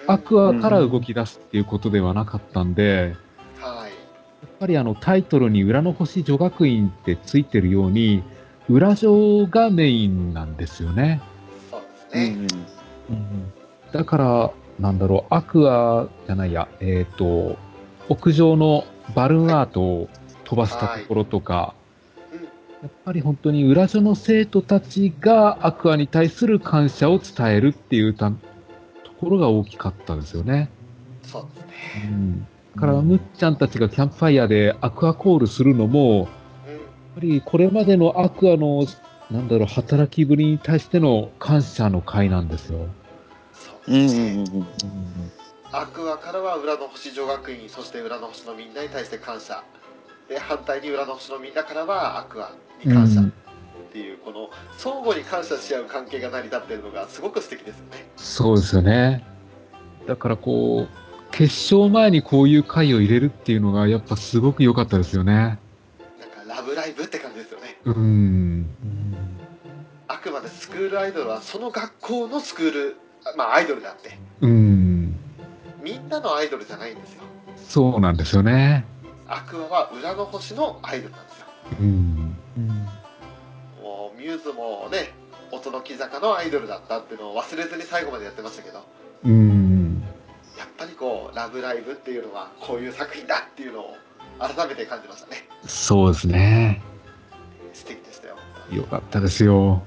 Speaker 4: アクアから動き出すっていうことではなかったんで、
Speaker 2: はい
Speaker 4: やっぱりあのタイトルに裏の星女学院ってついてるように、裏女がメインなんですよね。
Speaker 2: そうですね、
Speaker 3: うん。
Speaker 4: だから、なんだろう、アクアじゃないや、えっ、と、屋上のバルーンアートを飛ばしたところとか、
Speaker 2: うん
Speaker 4: やっぱり本当に裏女の生徒たちがアクアに対する感謝を伝えるっていうたところが大きかったですよね。
Speaker 2: そうですね、
Speaker 4: うん、だから、むっちゃんたちがキャンプファイヤーでアクアコールするのも、やっぱりこれまでのアクアの、なんだろう、働きぶりに対しての感謝の会なんですよ。
Speaker 2: そう
Speaker 3: うん。う
Speaker 2: で
Speaker 3: ん
Speaker 2: すね、
Speaker 3: うん。
Speaker 2: アクアからは裏の星女学院そして裏の星のみんなに対して感謝で反対に裏の星のみんなからはアクアに感謝っていう、この相互に感謝し合う関係が成り立ってるのがすごく素敵ですよね
Speaker 4: そうですよね。だからこう、決勝前にこういう回を入れるっていうのが、やっぱすごく良かったですよね。
Speaker 2: なんかラブライブって感じですよね
Speaker 4: うん。
Speaker 2: あくまでスクールアイドルはその学校のスクールあまあアイドルだって
Speaker 4: うん。
Speaker 2: みんなのアイドルじゃないんですよ
Speaker 4: そうなんですよね。
Speaker 2: アクアは裏の星のアイドルなんですよ
Speaker 4: うん。
Speaker 2: もうミューズもね音の木坂のアイドルだったっていうのを忘れずに最後までやってましたけど
Speaker 4: うん。
Speaker 2: やっぱりこう「ラブライブ!」っていうのはこういう作品だっていうのを改めて感じましたね
Speaker 4: そうですね。
Speaker 2: 素敵でしたよ
Speaker 4: 良かったですよ。